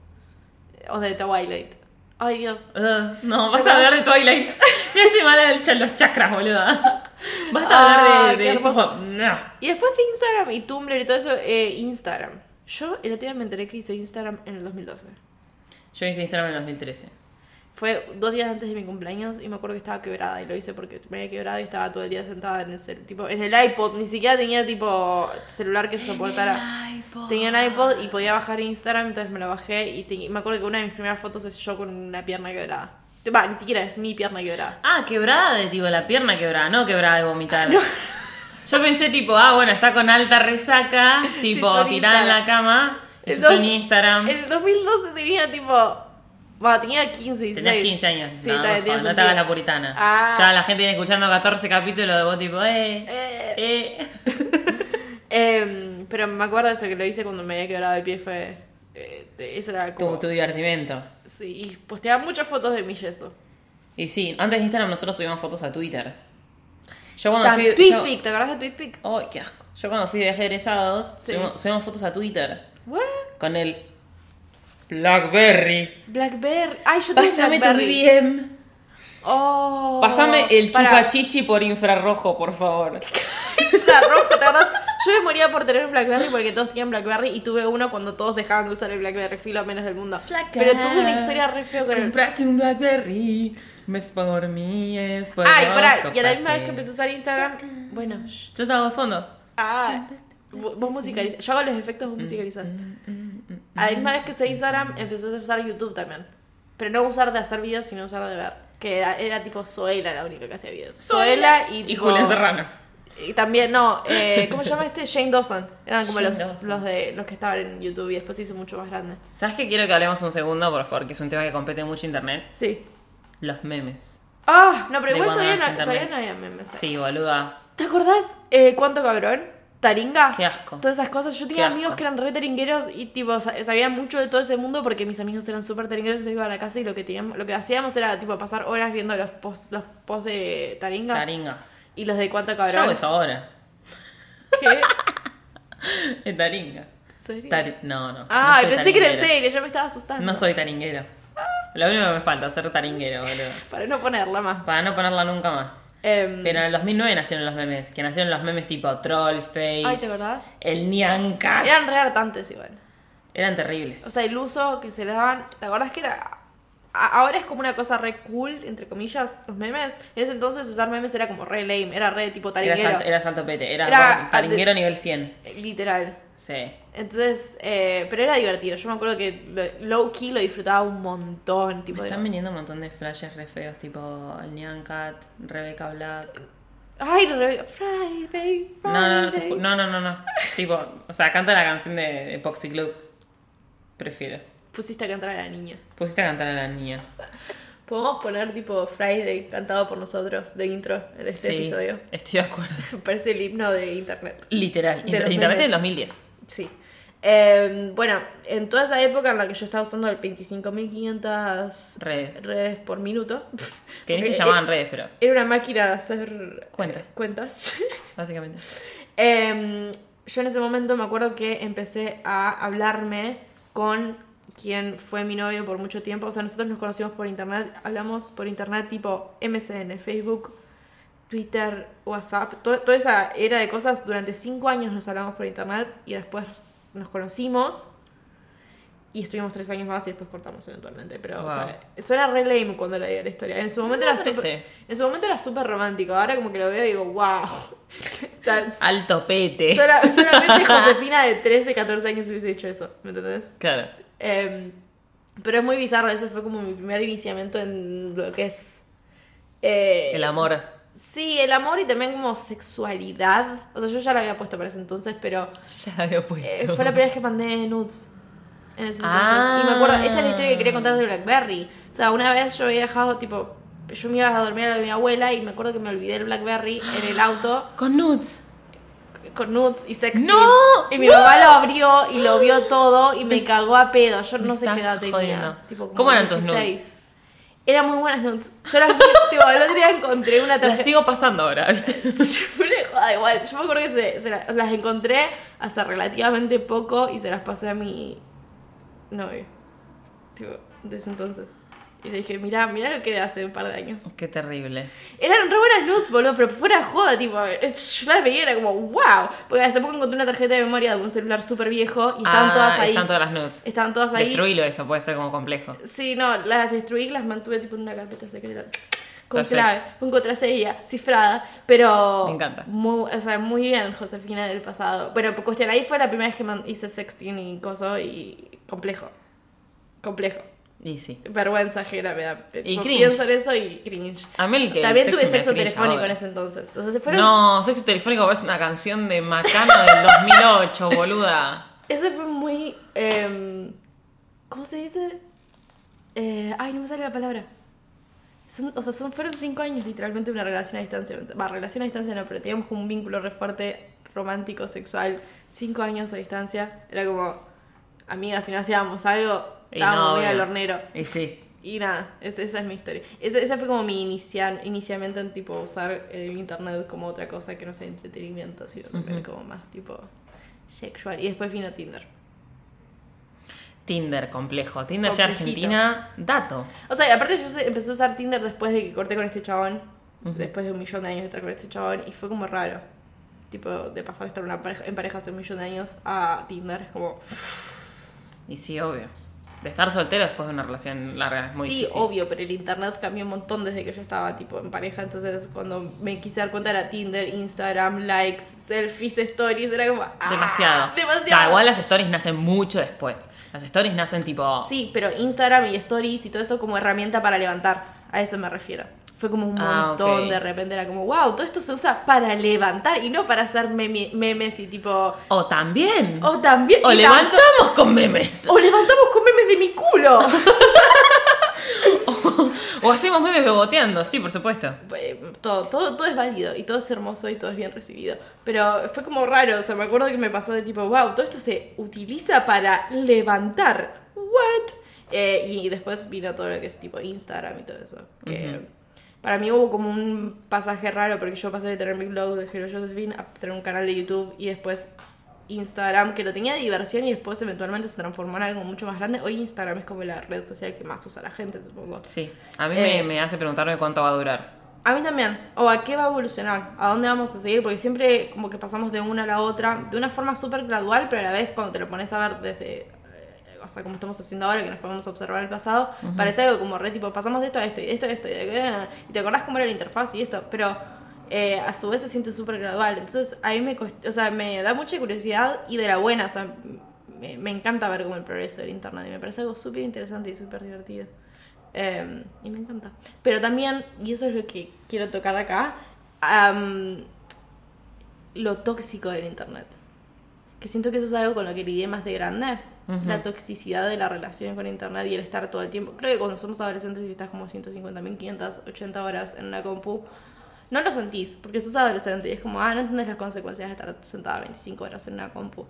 S3: O de Twilight. Ay, Dios.
S2: Ugh, no, basta de hablar de Twilight. Me hace mal el cha- los chakras, boluda. Basta de
S3: Ah,
S2: hablar de,
S3: qué
S2: de eso.
S3: hermoso.
S2: No.
S3: Y después de Instagram y Tumblr y todo eso, eh, Instagram. Yo el otro día me enteré que hice Instagram en el 2012.
S2: Yo hice Instagram en 2013.
S3: Fue dos días antes de mi cumpleaños y me acuerdo que estaba quebrada y lo hice porque me había quebrado y estaba todo el día sentada en el, cel- tipo, en el iPod. Ni siquiera tenía tipo celular que soportara. Tenía un iPod y podía bajar Instagram, entonces me lo bajé y te- me acuerdo que una de mis primeras fotos es yo con una pierna quebrada. Va, ni siquiera es mi pierna quebrada.
S2: Ah, quebrada de tipo la pierna quebrada, no quebrada de vomitar. Yo pensé tipo, ah, bueno, está con alta resaca, tipo
S3: son
S2: tirada en
S3: Instagram.
S2: la cama, eso
S3: Entonces,
S2: es en Instagram.
S3: En el 2012 tenía tipo... Va, tenía 15, 16.
S2: Tenías 15 años.
S3: Sí,
S2: no,
S3: todavía
S2: no, jodas,
S3: tenía
S2: no te
S3: sentido.
S2: hagas la puritana.
S3: Ah.
S2: Ya la gente viene escuchando 14 capítulos de vos tipo, eh,
S3: Eh.
S2: eh.
S3: Em, pero me acuerdo de eso que lo hice cuando me había quebrado el pie, fue... eh, esa era como...
S2: Tu, tu divertimento.
S3: Sí, y posteaba muchas fotos de mi yeso.
S2: Y sí, antes de Instagram nosotros subíamos fotos a Twitter. Yo cuando
S3: Tan
S2: fui... yo-
S3: Tweetpic, ¿te acordás de Tweetpic?
S2: Ay, qué asco. Yo cuando fui de viaje de egresados,
S3: Sí.
S2: subimos, subimos fotos a Twitter
S3: ¿What?
S2: con el Blackberry.
S3: Blackberry. Ay, yo tenía
S2: Pásame tu
S3: Blackberry.
S2: BBM.
S3: Oh,
S2: Pásame el
S3: pará.
S2: chupachichi por infrarrojo, por favor.
S3: La ropa, ¿te acordás? Yo me moría por tener un Blackberry porque todos tenían Blackberry y tuve uno cuando todos dejaban de usar el Blackberry, filo menos del mundo.
S2: Flaca.
S3: Pero tuve una historia re fea con el.
S2: Comprate un Blackberry. No es por mí, es por
S3: Ay,
S2: vos,
S3: pará, y a la misma
S2: comprate.
S3: vez que empecé a usar Instagram. Bueno, shh.
S2: Yo estaba de fondo.
S3: ah, vos vos musicalizás. Yo hago los efectos, vos
S2: Mm,
S3: musicalizás. A la misma vez que usé Instagram, empecé a usar YouTube también. Pero no usar de hacer videos, sino usar de ver. Que era, era tipo Zoela la única que hacía videos. Zoela y,
S2: Y
S3: tipo-
S2: Julián Serrano.
S3: Y también, no, eh, ¿cómo se llama este? Shane Dawson. Eran como
S2: Shane
S3: los,
S2: Dawson.
S3: Los, de, los que estaban en YouTube y después se hizo mucho más grande.
S2: ¿Sabes qué quiero que hablemos un segundo, por favor? Que es un tema que compete mucho internet.
S3: Sí.
S2: Los memes.
S3: Ah, no, pero
S2: De
S3: igual
S2: cuando
S3: todavía
S2: nace
S3: no, todavía
S2: Internet.
S3: no había memes.
S2: Sí, boluda.
S3: ¿Te acordás eh, cuánto cabrón? Taringa.
S2: Qué asco.
S3: Todas esas cosas. Yo tenía
S2: asco.
S3: amigos que eran re taringueros y tipo sa- sabía mucho de todo ese mundo porque mis amigos eran súper taringueros y yo iba a la casa y lo que teníamos, lo que hacíamos era tipo pasar horas viendo los posts, los posts de taringa,
S2: Taringa.
S3: y los de cuánto
S2: Yo hago
S3: cabrón.
S2: eso ahora.
S3: ¿Qué? ¿En
S2: Es Taringa.
S3: serio?
S2: Tari- No, no.
S3: Ah,
S2: no soy
S3: pensé que era en
S2: taringuero.
S3: serio, yo me estaba asustando.
S2: No soy taringuero. Lo único que me falta, ser taringuero, boludo.
S3: Para no ponerla más.
S2: Para no ponerla nunca más.
S3: Em,
S2: Pero en el 2009 nacieron los memes. Que nacieron los memes tipo Troll, Face.
S3: Ay, ¿te acordás?
S2: El Nyan Cat.
S3: Eran re hartantes igual.
S2: Eran terribles.
S3: O sea, el uso que se le daban, ¿te acordás que era? a- Ahora es como una cosa re cool, entre comillas, los memes. En ese entonces usar memes era como re lame, era re tipo
S2: era,
S3: taringuero.
S2: salto, era salto pete. Era,
S3: Era-
S2: taringuero nivel 100.
S3: Eh, Literal.
S2: Sí.
S3: Entonces, eh, pero era divertido. Yo me acuerdo que lo- low key lo disfrutaba un montón. Tipo,
S2: Están
S3: digo,
S2: viniendo un montón de flashes re feos, tipo el Nyan Cat, Rebecca Black.
S3: Ay, re- Friday, Friday.
S2: No, no, no, te ju- no, no, no, no. Tipo, o sea, canta la canción de Epoxy Club. Prefiero.
S3: Pusiste a cantar a la niña.
S2: Pusiste a cantar a la niña.
S3: Podemos poner tipo Friday cantado por nosotros de intro de este episodio.
S2: Estoy de acuerdo.
S3: Parece el himno de internet.
S2: Literal.
S3: De los
S2: Inter- Internet
S3: memes.
S2: del 2010.
S3: Sí. Eh, bueno, en toda esa época en la que yo estaba usando el 25.500
S2: Redes.
S3: redes por minuto.
S2: Que ni se
S3: porque
S2: llamaban redes, pero
S3: Era una máquina de hacer
S2: Cuentas.
S3: eh, cuentas.
S2: básicamente.
S3: Em, yo en ese momento me acuerdo que empecé a hablarme con quien fue mi novio por mucho tiempo. O sea, nosotros nos conocimos por internet, hablamos por internet tipo MSN, Facebook, Twitter, WhatsApp. to- toda esa era de cosas, durante cinco años nos hablamos por internet y después nos conocimos. Y estuvimos tres años más y después cortamos eventualmente. Pero, o
S2: Wow.
S3: sea, suena re lame cuando la digo la historia. En su momento
S2: No
S3: era
S2: parece.
S3: súper- en su momento era súper romántico. Ahora como que lo veo y digo, wow. O sea,
S2: Al topete.
S3: Sola- solamente Josefina de 13, 14 años hubiese hecho eso, ¿me entendés?
S2: Claro.
S3: Em, pero es muy bizarro, ese fue como mi primer iniciamiento en lo que es... eh,
S2: El amor.
S3: Sí, el amor y también como sexualidad. O sea, yo ya la había puesto para ese entonces, pero
S2: Yo ya la había puesto.
S3: eh, fue la primera vez que mandé nudes. En ese entonces.
S2: Ah.
S3: Y me acuerdo, esa es la historia que quería contar de Blackberry. O sea, una vez yo había dejado, tipo, yo me iba a dormir a la de mi abuela y me acuerdo que me olvidé el Blackberry en el auto
S2: Con nudes.
S3: con nudes y sexting.
S2: ¡No!
S3: Y mi mamá lo abrió y lo vio todo y me cagó a pedo. Yo
S2: Me
S3: no sé qué
S2: estás
S3: edad
S2: jodiendo.
S3: tenía. Tipo, como
S2: ¿Cómo eran tus nudes?
S3: Eran muy buenas nudes. Yo las vi, tipo, el otro día encontré una
S2: La
S3: tarjeta.
S2: sigo pasando ahora, ¿viste?
S3: Fue una joda igual. Yo me acuerdo que se, se la- las encontré hace relativamente poco y se las pasé a mi novio. Tipo, desde entonces. Y le dije, mirá, mirá lo que era hace un par de años.
S2: Qué terrible.
S3: Eran re buenas nudes, boludo, pero fuera joda, tipo, yo las veía y era como, wow. Porque hace poco encontré una tarjeta de memoria de un celular súper viejo y estaban
S2: Ah,
S3: todas ahí.
S2: Están todas las nudes.
S3: Estaban todas ahí.
S2: Destruílo eso, puede ser como complejo.
S3: Sí, no, las destruí y las mantuve tipo en una carpeta secreta. Con
S2: Perfecto.
S3: clave, con contraseña, cifrada, pero...
S2: Me encanta.
S3: Muy, o sea, muy bien, Josefina del pasado. Bueno, pues cuestión, ahí fue la primera vez que man- hice sexting y coso y complejo. Complejo.
S2: Y sí.
S3: Vergüenza ajena me da.
S2: Y
S3: Tipo,
S2: cringe.
S3: Pienso en eso y cringe.
S2: A mí el que el
S3: También tuve
S2: sexting me
S3: sexo
S2: cringe
S3: telefónico
S2: ahora.
S3: en ese entonces. O sea, se fueron.
S2: No, sexo telefónico parece una canción de Macano del 2008, boluda.
S3: Ese fue muy. em, ¿Cómo se dice? Eh, ay, no me sale la palabra. Son- o sea, son, fueron cinco años literalmente una relación a distancia. Va, relación a distancia no, pero teníamos como un vínculo re fuerte, romántico, sexual. Cinco años a distancia. Era como, amiga, si no hacíamos algo,
S2: Y no,
S3: estábamos medio al
S2: obvio.
S3: hornero.
S2: Y sí.
S3: Y nada, es- esa es mi historia. Ese, ese fue como mi inicial, iniciamiento en tipo usar el internet como otra cosa que no sea entretenimiento, sino también
S2: Ujú.
S3: como más tipo sexual. Y después vino Tinder.
S2: Tinder complejo. Tinder ya
S3: Complejito.
S2: Argentina, dato.
S3: O sea, y aparte yo se- empecé a usar Tinder después de que corté con este chabón, después de un millón de años de estar con este chabón, y fue como raro. Tipo, de pasar de estar una pareja, en pareja hace un millón de años a Tinder, es como...
S2: Y sí, obvio. De estar soltero después de una relación larga es muy
S3: sí,
S2: difícil.
S3: obvio, pero el internet cambió un montón desde que yo estaba tipo en pareja, entonces cuando me quise dar cuenta era Tinder, Instagram, likes, selfies, stories, era como ¡ah!
S2: Demasiado.
S3: demasiado.
S2: Da, igual las stories nacen mucho después. Las stories nacen tipo.
S3: Sí, pero Instagram y stories y todo eso como herramienta para levantar, a eso me refiero. Fue como un
S2: Ah,
S3: montón,
S2: ok.
S3: de repente era como, wow, todo esto se usa para levantar y no para hacer meme- memes y tipo,
S2: O también.
S3: o también
S2: O
S3: levanto-
S2: levantamos con memes.
S3: o levantamos con memes de mi culo.
S2: O hacemos memes beboteando, sí, por supuesto.
S3: Eh, todo, todo, todo es válido y todo es hermoso y todo es bien recibido. Pero fue como raro, o sea, me acuerdo que me pasó de tipo, wow, todo esto se utiliza para levantar. ¿What? Eh, y después vino todo lo que es tipo Instagram y todo eso. Que
S2: Ujú.
S3: Para mí hubo como un pasaje raro porque yo pasé de tener mi blog de Hero Josephine a tener un canal de YouTube y después Instagram, que lo tenía de diversión y después eventualmente se transformó en algo mucho más grande. Hoy Instagram es como la red social que más usa la gente, supongo.
S2: Sí. A mí
S3: Eh.
S2: me, me hace preguntarme cuánto va a durar.
S3: A mí también. O a qué va a evolucionar, a dónde vamos a seguir, porque siempre como que pasamos de una a la otra, de una forma súper gradual, pero a la vez cuando te lo pones a ver desde, eh, o sea, como estamos haciendo ahora, que nos podemos observar el pasado, parece algo como re tipo, pasamos de esto a esto, y de esto a esto, y, de- y te acordás cómo era la interfaz y esto, pero eh, a su vez se siente súper gradual. Entonces a mí me, cost- o sea, me da mucha curiosidad y de la buena, o sea, me, me encanta ver como el progreso del internet, y me parece algo súper interesante y súper divertido. Eh, y me encanta. Pero también, y eso es lo que quiero tocar acá, am, lo tóxico del Internet. Que siento que eso es algo con lo que lidié más de grande.
S2: Ujú.
S3: La toxicidad de la relación con Internet y el estar todo el tiempo. Creo que cuando somos adolescentes y estás como 150.000, 580 horas en una compu, no lo sentís, porque sos adolescente y es como, ah, no entendés las consecuencias de estar sentada 25 horas en una compu.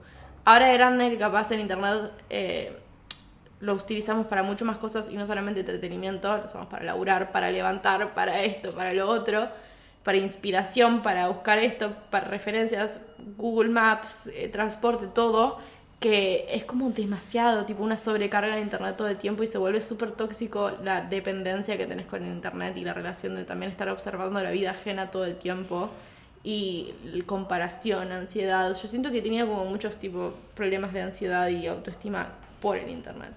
S3: Ahora de grande, que capaz el internet eh, lo utilizamos para mucho más cosas y no solamente entretenimiento, lo usamos para laburar, para levantar, para esto, para lo otro, para inspiración, para buscar esto, para referencias, Google Maps, eh, transporte, todo, que es como demasiado, tipo una sobrecarga de internet todo el tiempo y se vuelve súper tóxico la dependencia que tenés con el internet y la relación de también estar observando la vida ajena todo el tiempo y l- comparación, ansiedad. Yo siento que tenía como muchos tipo problemas de ansiedad y autoestima por el internet.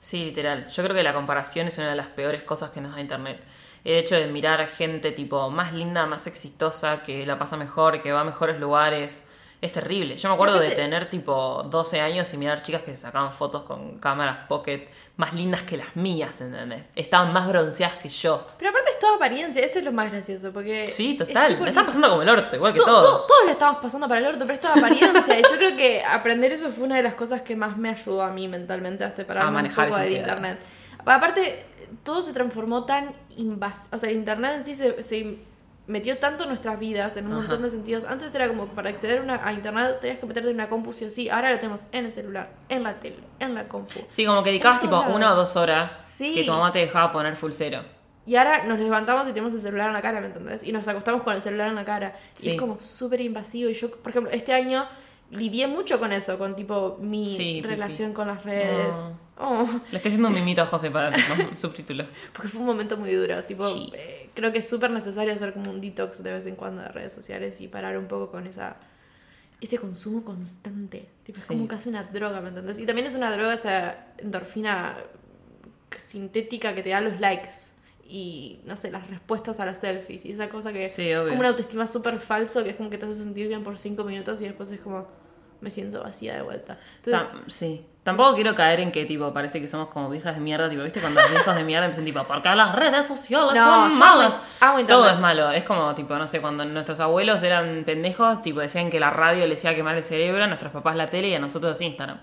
S2: Sí, literal. Yo creo que la comparación es una de las peores cosas que nos da Internet. El hecho de mirar gente tipo más linda, más exitosa, que la pasa mejor, que va a mejores lugares, es terrible. Yo me acuerdo de tener tipo 12 años y mirar chicas que sacaban fotos con cámaras pocket más lindas que las mías, ¿entendés? Estaban más bronceadas que yo.
S3: Pero aparte es toda apariencia, eso es lo más gracioso, porque...
S2: Sí,
S3: es
S2: total.
S3: tipo
S2: Me están pasando como el orto, igual que
S3: To- to-
S2: todos.
S3: todos la estamos pasando para el orto, pero esto es apariencia. y yo creo que aprender eso fue una de las cosas que más me ayudó a mí mentalmente a separarme
S2: A manejar
S3: un poco
S2: esa
S3: del
S2: ansiedad.
S3: internet. Pa- Aparte, todo se transformó tan invasivo. O sea, el internet en sí se, se metió tanto en nuestras vidas en un
S2: Ajá.
S3: montón de sentidos. Antes era como que para acceder a una- a internet tenías que meterte en una compu sí o sí. Ahora lo tenemos en el celular, en la tele, en la compu.
S2: Sí, como que dedicabas
S3: En
S2: tipo
S3: todos
S2: una o
S3: lados.
S2: dos horas
S3: Sí.
S2: que tu mamá te dejaba poner full cero.
S3: Y ahora nos levantamos y tenemos el celular en la cara, ¿me entendés? Y nos acostamos con el celular en la cara.
S2: Sí.
S3: Y es como súper invasivo. Y yo, por ejemplo, este año lidié mucho con eso, con tipo mi
S2: Sí, pipí.
S3: relación con las redes. Oh,
S2: Le estoy haciendo un mimito a José para ¿no? subtítulo.
S3: porque fue un momento muy duro. Tipo,
S2: Sí.
S3: eh, creo que es súper necesario hacer como un detox de vez en cuando de redes sociales y parar un poco con esa ese consumo constante. Tipo, Es
S2: Sí.
S3: como casi una droga, ¿me entendés? Y también es una droga esa endorfina sintética que te da los likes y, no sé, las respuestas a las selfies y esa cosa que
S2: Sí,
S3: es
S2: obvio.
S3: Eh, como una autoestima súper falso que es como que te hace sentir bien por cinco minutos y después es como me siento vacía de vuelta. Entonces,
S2: Tam- sí. Tampoco quiero caer en que, tipo, parece que somos como viejas de mierda, tipo, ¿viste? Cuando los viejos de mierda empiezan, tipo, porque las redes sociales
S3: No, yo
S2: son
S3: amo-
S2: malas.
S3: amo
S2: Todo
S3: internet.
S2: es malo. Es como, tipo, no sé, cuando nuestros abuelos eran pendejos, tipo, decían que la radio les iba a quemar el cerebro, a nuestros papás la tele y a nosotros Instagram.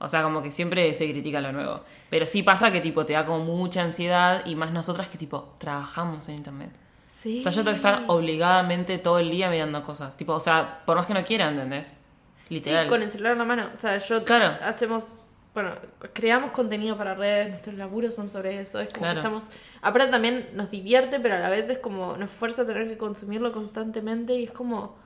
S2: O sea, como que siempre se critica lo nuevo. Pero sí pasa que, tipo, te da como mucha ansiedad y más nosotras que, tipo, trabajamos en internet.
S3: sí.
S2: O sea, yo tengo que estar obligadamente todo el día mirando cosas. Tipo, o sea, por más que no quiera, ¿entendés?
S3: Sí,
S2: Literal.
S3: con el celular en la mano. O sea, yo
S2: Claro.
S3: hacemos, bueno, creamos contenido para redes, nuestros laburos son sobre eso, es como
S2: Claro.
S3: que estamos, aparte también nos divierte, pero a la vez es como nos fuerza a tener que consumirlo constantemente y es como,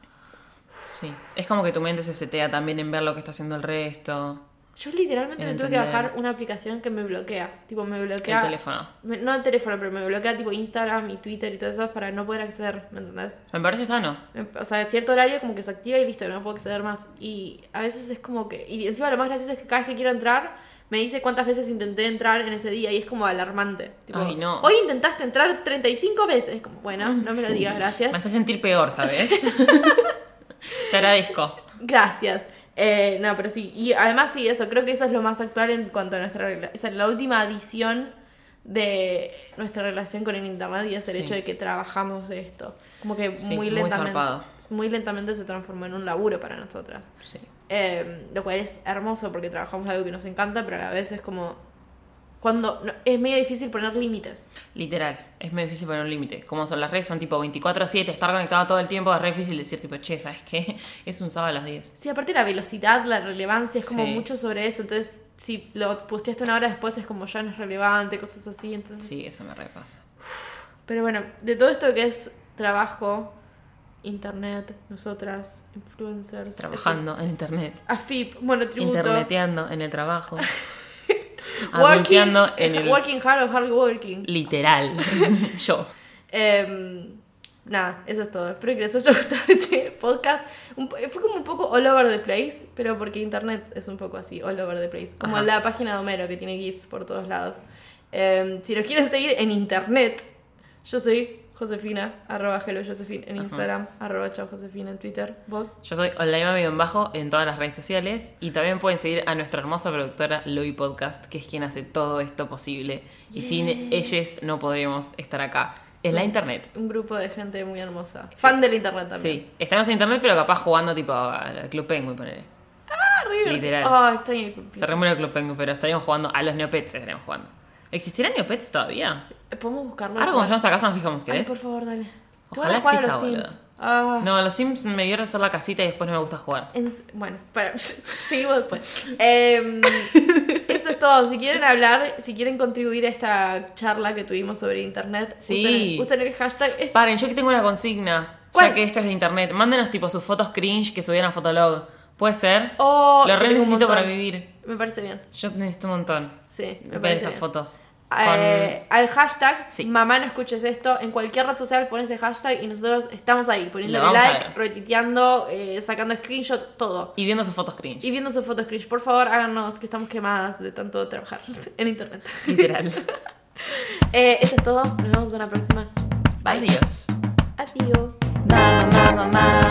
S2: Sí, es como que tu mente se setea también en ver lo que está haciendo el resto.
S3: yo literalmente
S2: En
S3: me tuve que
S2: entender.
S3: bajar una aplicación que me bloquea, tipo me bloquea.
S2: El teléfono.
S3: me- no el teléfono, pero me bloquea tipo Instagram y Twitter y todas esas para no poder acceder, ¿me entendés?
S2: Me parece sano.
S3: O sea, a cierto horario como que se activa y listo, no puedo acceder más. Y a veces es como que... Y encima lo más gracioso es que cada vez que quiero entrar, me dice cuántas veces intenté entrar en ese día y es como alarmante. Tipo,
S2: Ay, no.
S3: Hoy intentaste entrar 35 veces. Como, bueno, no me lo digas,
S2: Me hace
S3: gracias.
S2: sentir peor, ¿sabes? Te agradezco.
S3: Gracias. Eh, no, pero sí. Y además sí, eso. Creo que eso es lo más actual en cuanto a nuestra... rela- Esa es la última adición de nuestra relación con el internet y es el
S2: Sí.
S3: hecho de que trabajamos de esto. Como que
S2: Sí,
S3: muy
S2: muy
S3: lentamente...
S2: zarpado.
S3: muy lentamente se transformó en un laburo para nosotras.
S2: Sí.
S3: Eh, lo cual es hermoso porque trabajamos algo que nos encanta, pero a la vez es como. Cuando. no- es medio difícil poner límites.
S2: Literal, es muy difícil poner un límite. Como son las redes, son tipo 24-7, estar conectado todo el tiempo es re difícil decir, tipo, che, ¿sabes qué? Es un sábado a las 10.
S3: Sí, aparte la velocidad, la relevancia, es como
S2: Sí.
S3: mucho sobre eso. Entonces, si lo posteaste una hora después, es como ya no es relevante, cosas así. Entonces.
S2: Sí, eso me repasa.
S3: Pero bueno, de todo esto que es trabajo, internet, nosotras, influencers.
S2: Trabajando en internet,
S3: etc. AFIP, monotributo.
S2: interneteando en el trabajo,
S3: Working,
S2: adulteando en el.
S3: working hard or hard working.
S2: Literal, yo.
S3: Em, nada, eso es todo. Espero que les haya gustado este podcast. Un po- fue como un poco all over the place, pero porque internet es un poco así, all over the place. Como
S2: Ajá.
S3: la página de Homero que tiene GIF por todos lados. Em, si nos quieren seguir en internet, yo soy Josefina, arroba hello Josefina en Instagram, arroba chao Josefina en Twitter. ¿Vos?
S2: Yo soy bajo en todas las redes sociales y también pueden seguir a nuestra hermosa productora Loi Podcast, que es quien hace todo esto posible. Y sin ellas no podríamos estar acá, en la internet.
S3: Un grupo de gente muy hermosa. Fan del internet también.
S2: Sí, estamos en internet, pero capaz jugando tipo al Club Penguin, ponele. Literal.
S3: Ah, estoy en el club.
S2: Cerremos el Club Penguin, pero estaríamos jugando a los Neopets, estaríamos jugando. ¿Existirán Neopets todavía?
S3: ¿Podemos buscarlo?
S2: Ahora cuando llegamos a casa nos fijamos,
S3: Ay,
S2: ¿querés?
S3: por favor, dale. Te van a
S2: Ojalá
S3: jugar a
S2: exista,
S3: los Sims.
S2: boludo.
S3: Ah.
S2: No, los Sims me vieron hacer la casita y después no me gusta jugar.
S3: En- bueno, para, seguimos después. Em, eso es todo. Si quieren hablar, si quieren contribuir a esta charla que tuvimos sobre internet,
S2: Sí.
S3: usen, usen el hashtag. Es-
S2: Paren, yo que tengo una consigna.
S3: ¿Cuál?
S2: Ya que esto es de internet, mándenos tipo sus fotos cringe que subían a Fotolog. ¿Puede ser?
S3: Oh,
S2: Lo
S3: yo
S2: re
S3: tengo un
S2: necesito
S3: montón.
S2: para vivir.
S3: Me parece bien.
S2: Yo necesito un montón.
S3: Sí, me
S2: Ver
S3: parece
S2: esas
S3: bien.
S2: fotos. Con-
S3: Eh, al hashtag
S2: Sí.
S3: mamá no escuches esto en cualquier red social pones el hashtag y nosotros estamos ahí
S2: Lo
S3: poniéndole
S2: vamos a
S3: like
S2: ver.
S3: retuiteando eh, sacando screenshot todo
S2: Y viendo sus fotos cringe.
S3: y viendo sus fotos cringe por favor háganos que estamos quemadas de tanto trabajar en internet
S2: Literal.
S3: Eh, eso es todo. Nos vemos en la próxima. Bye.
S2: Adiós.
S3: Adiós.
S1: mamá, mamá, mamá.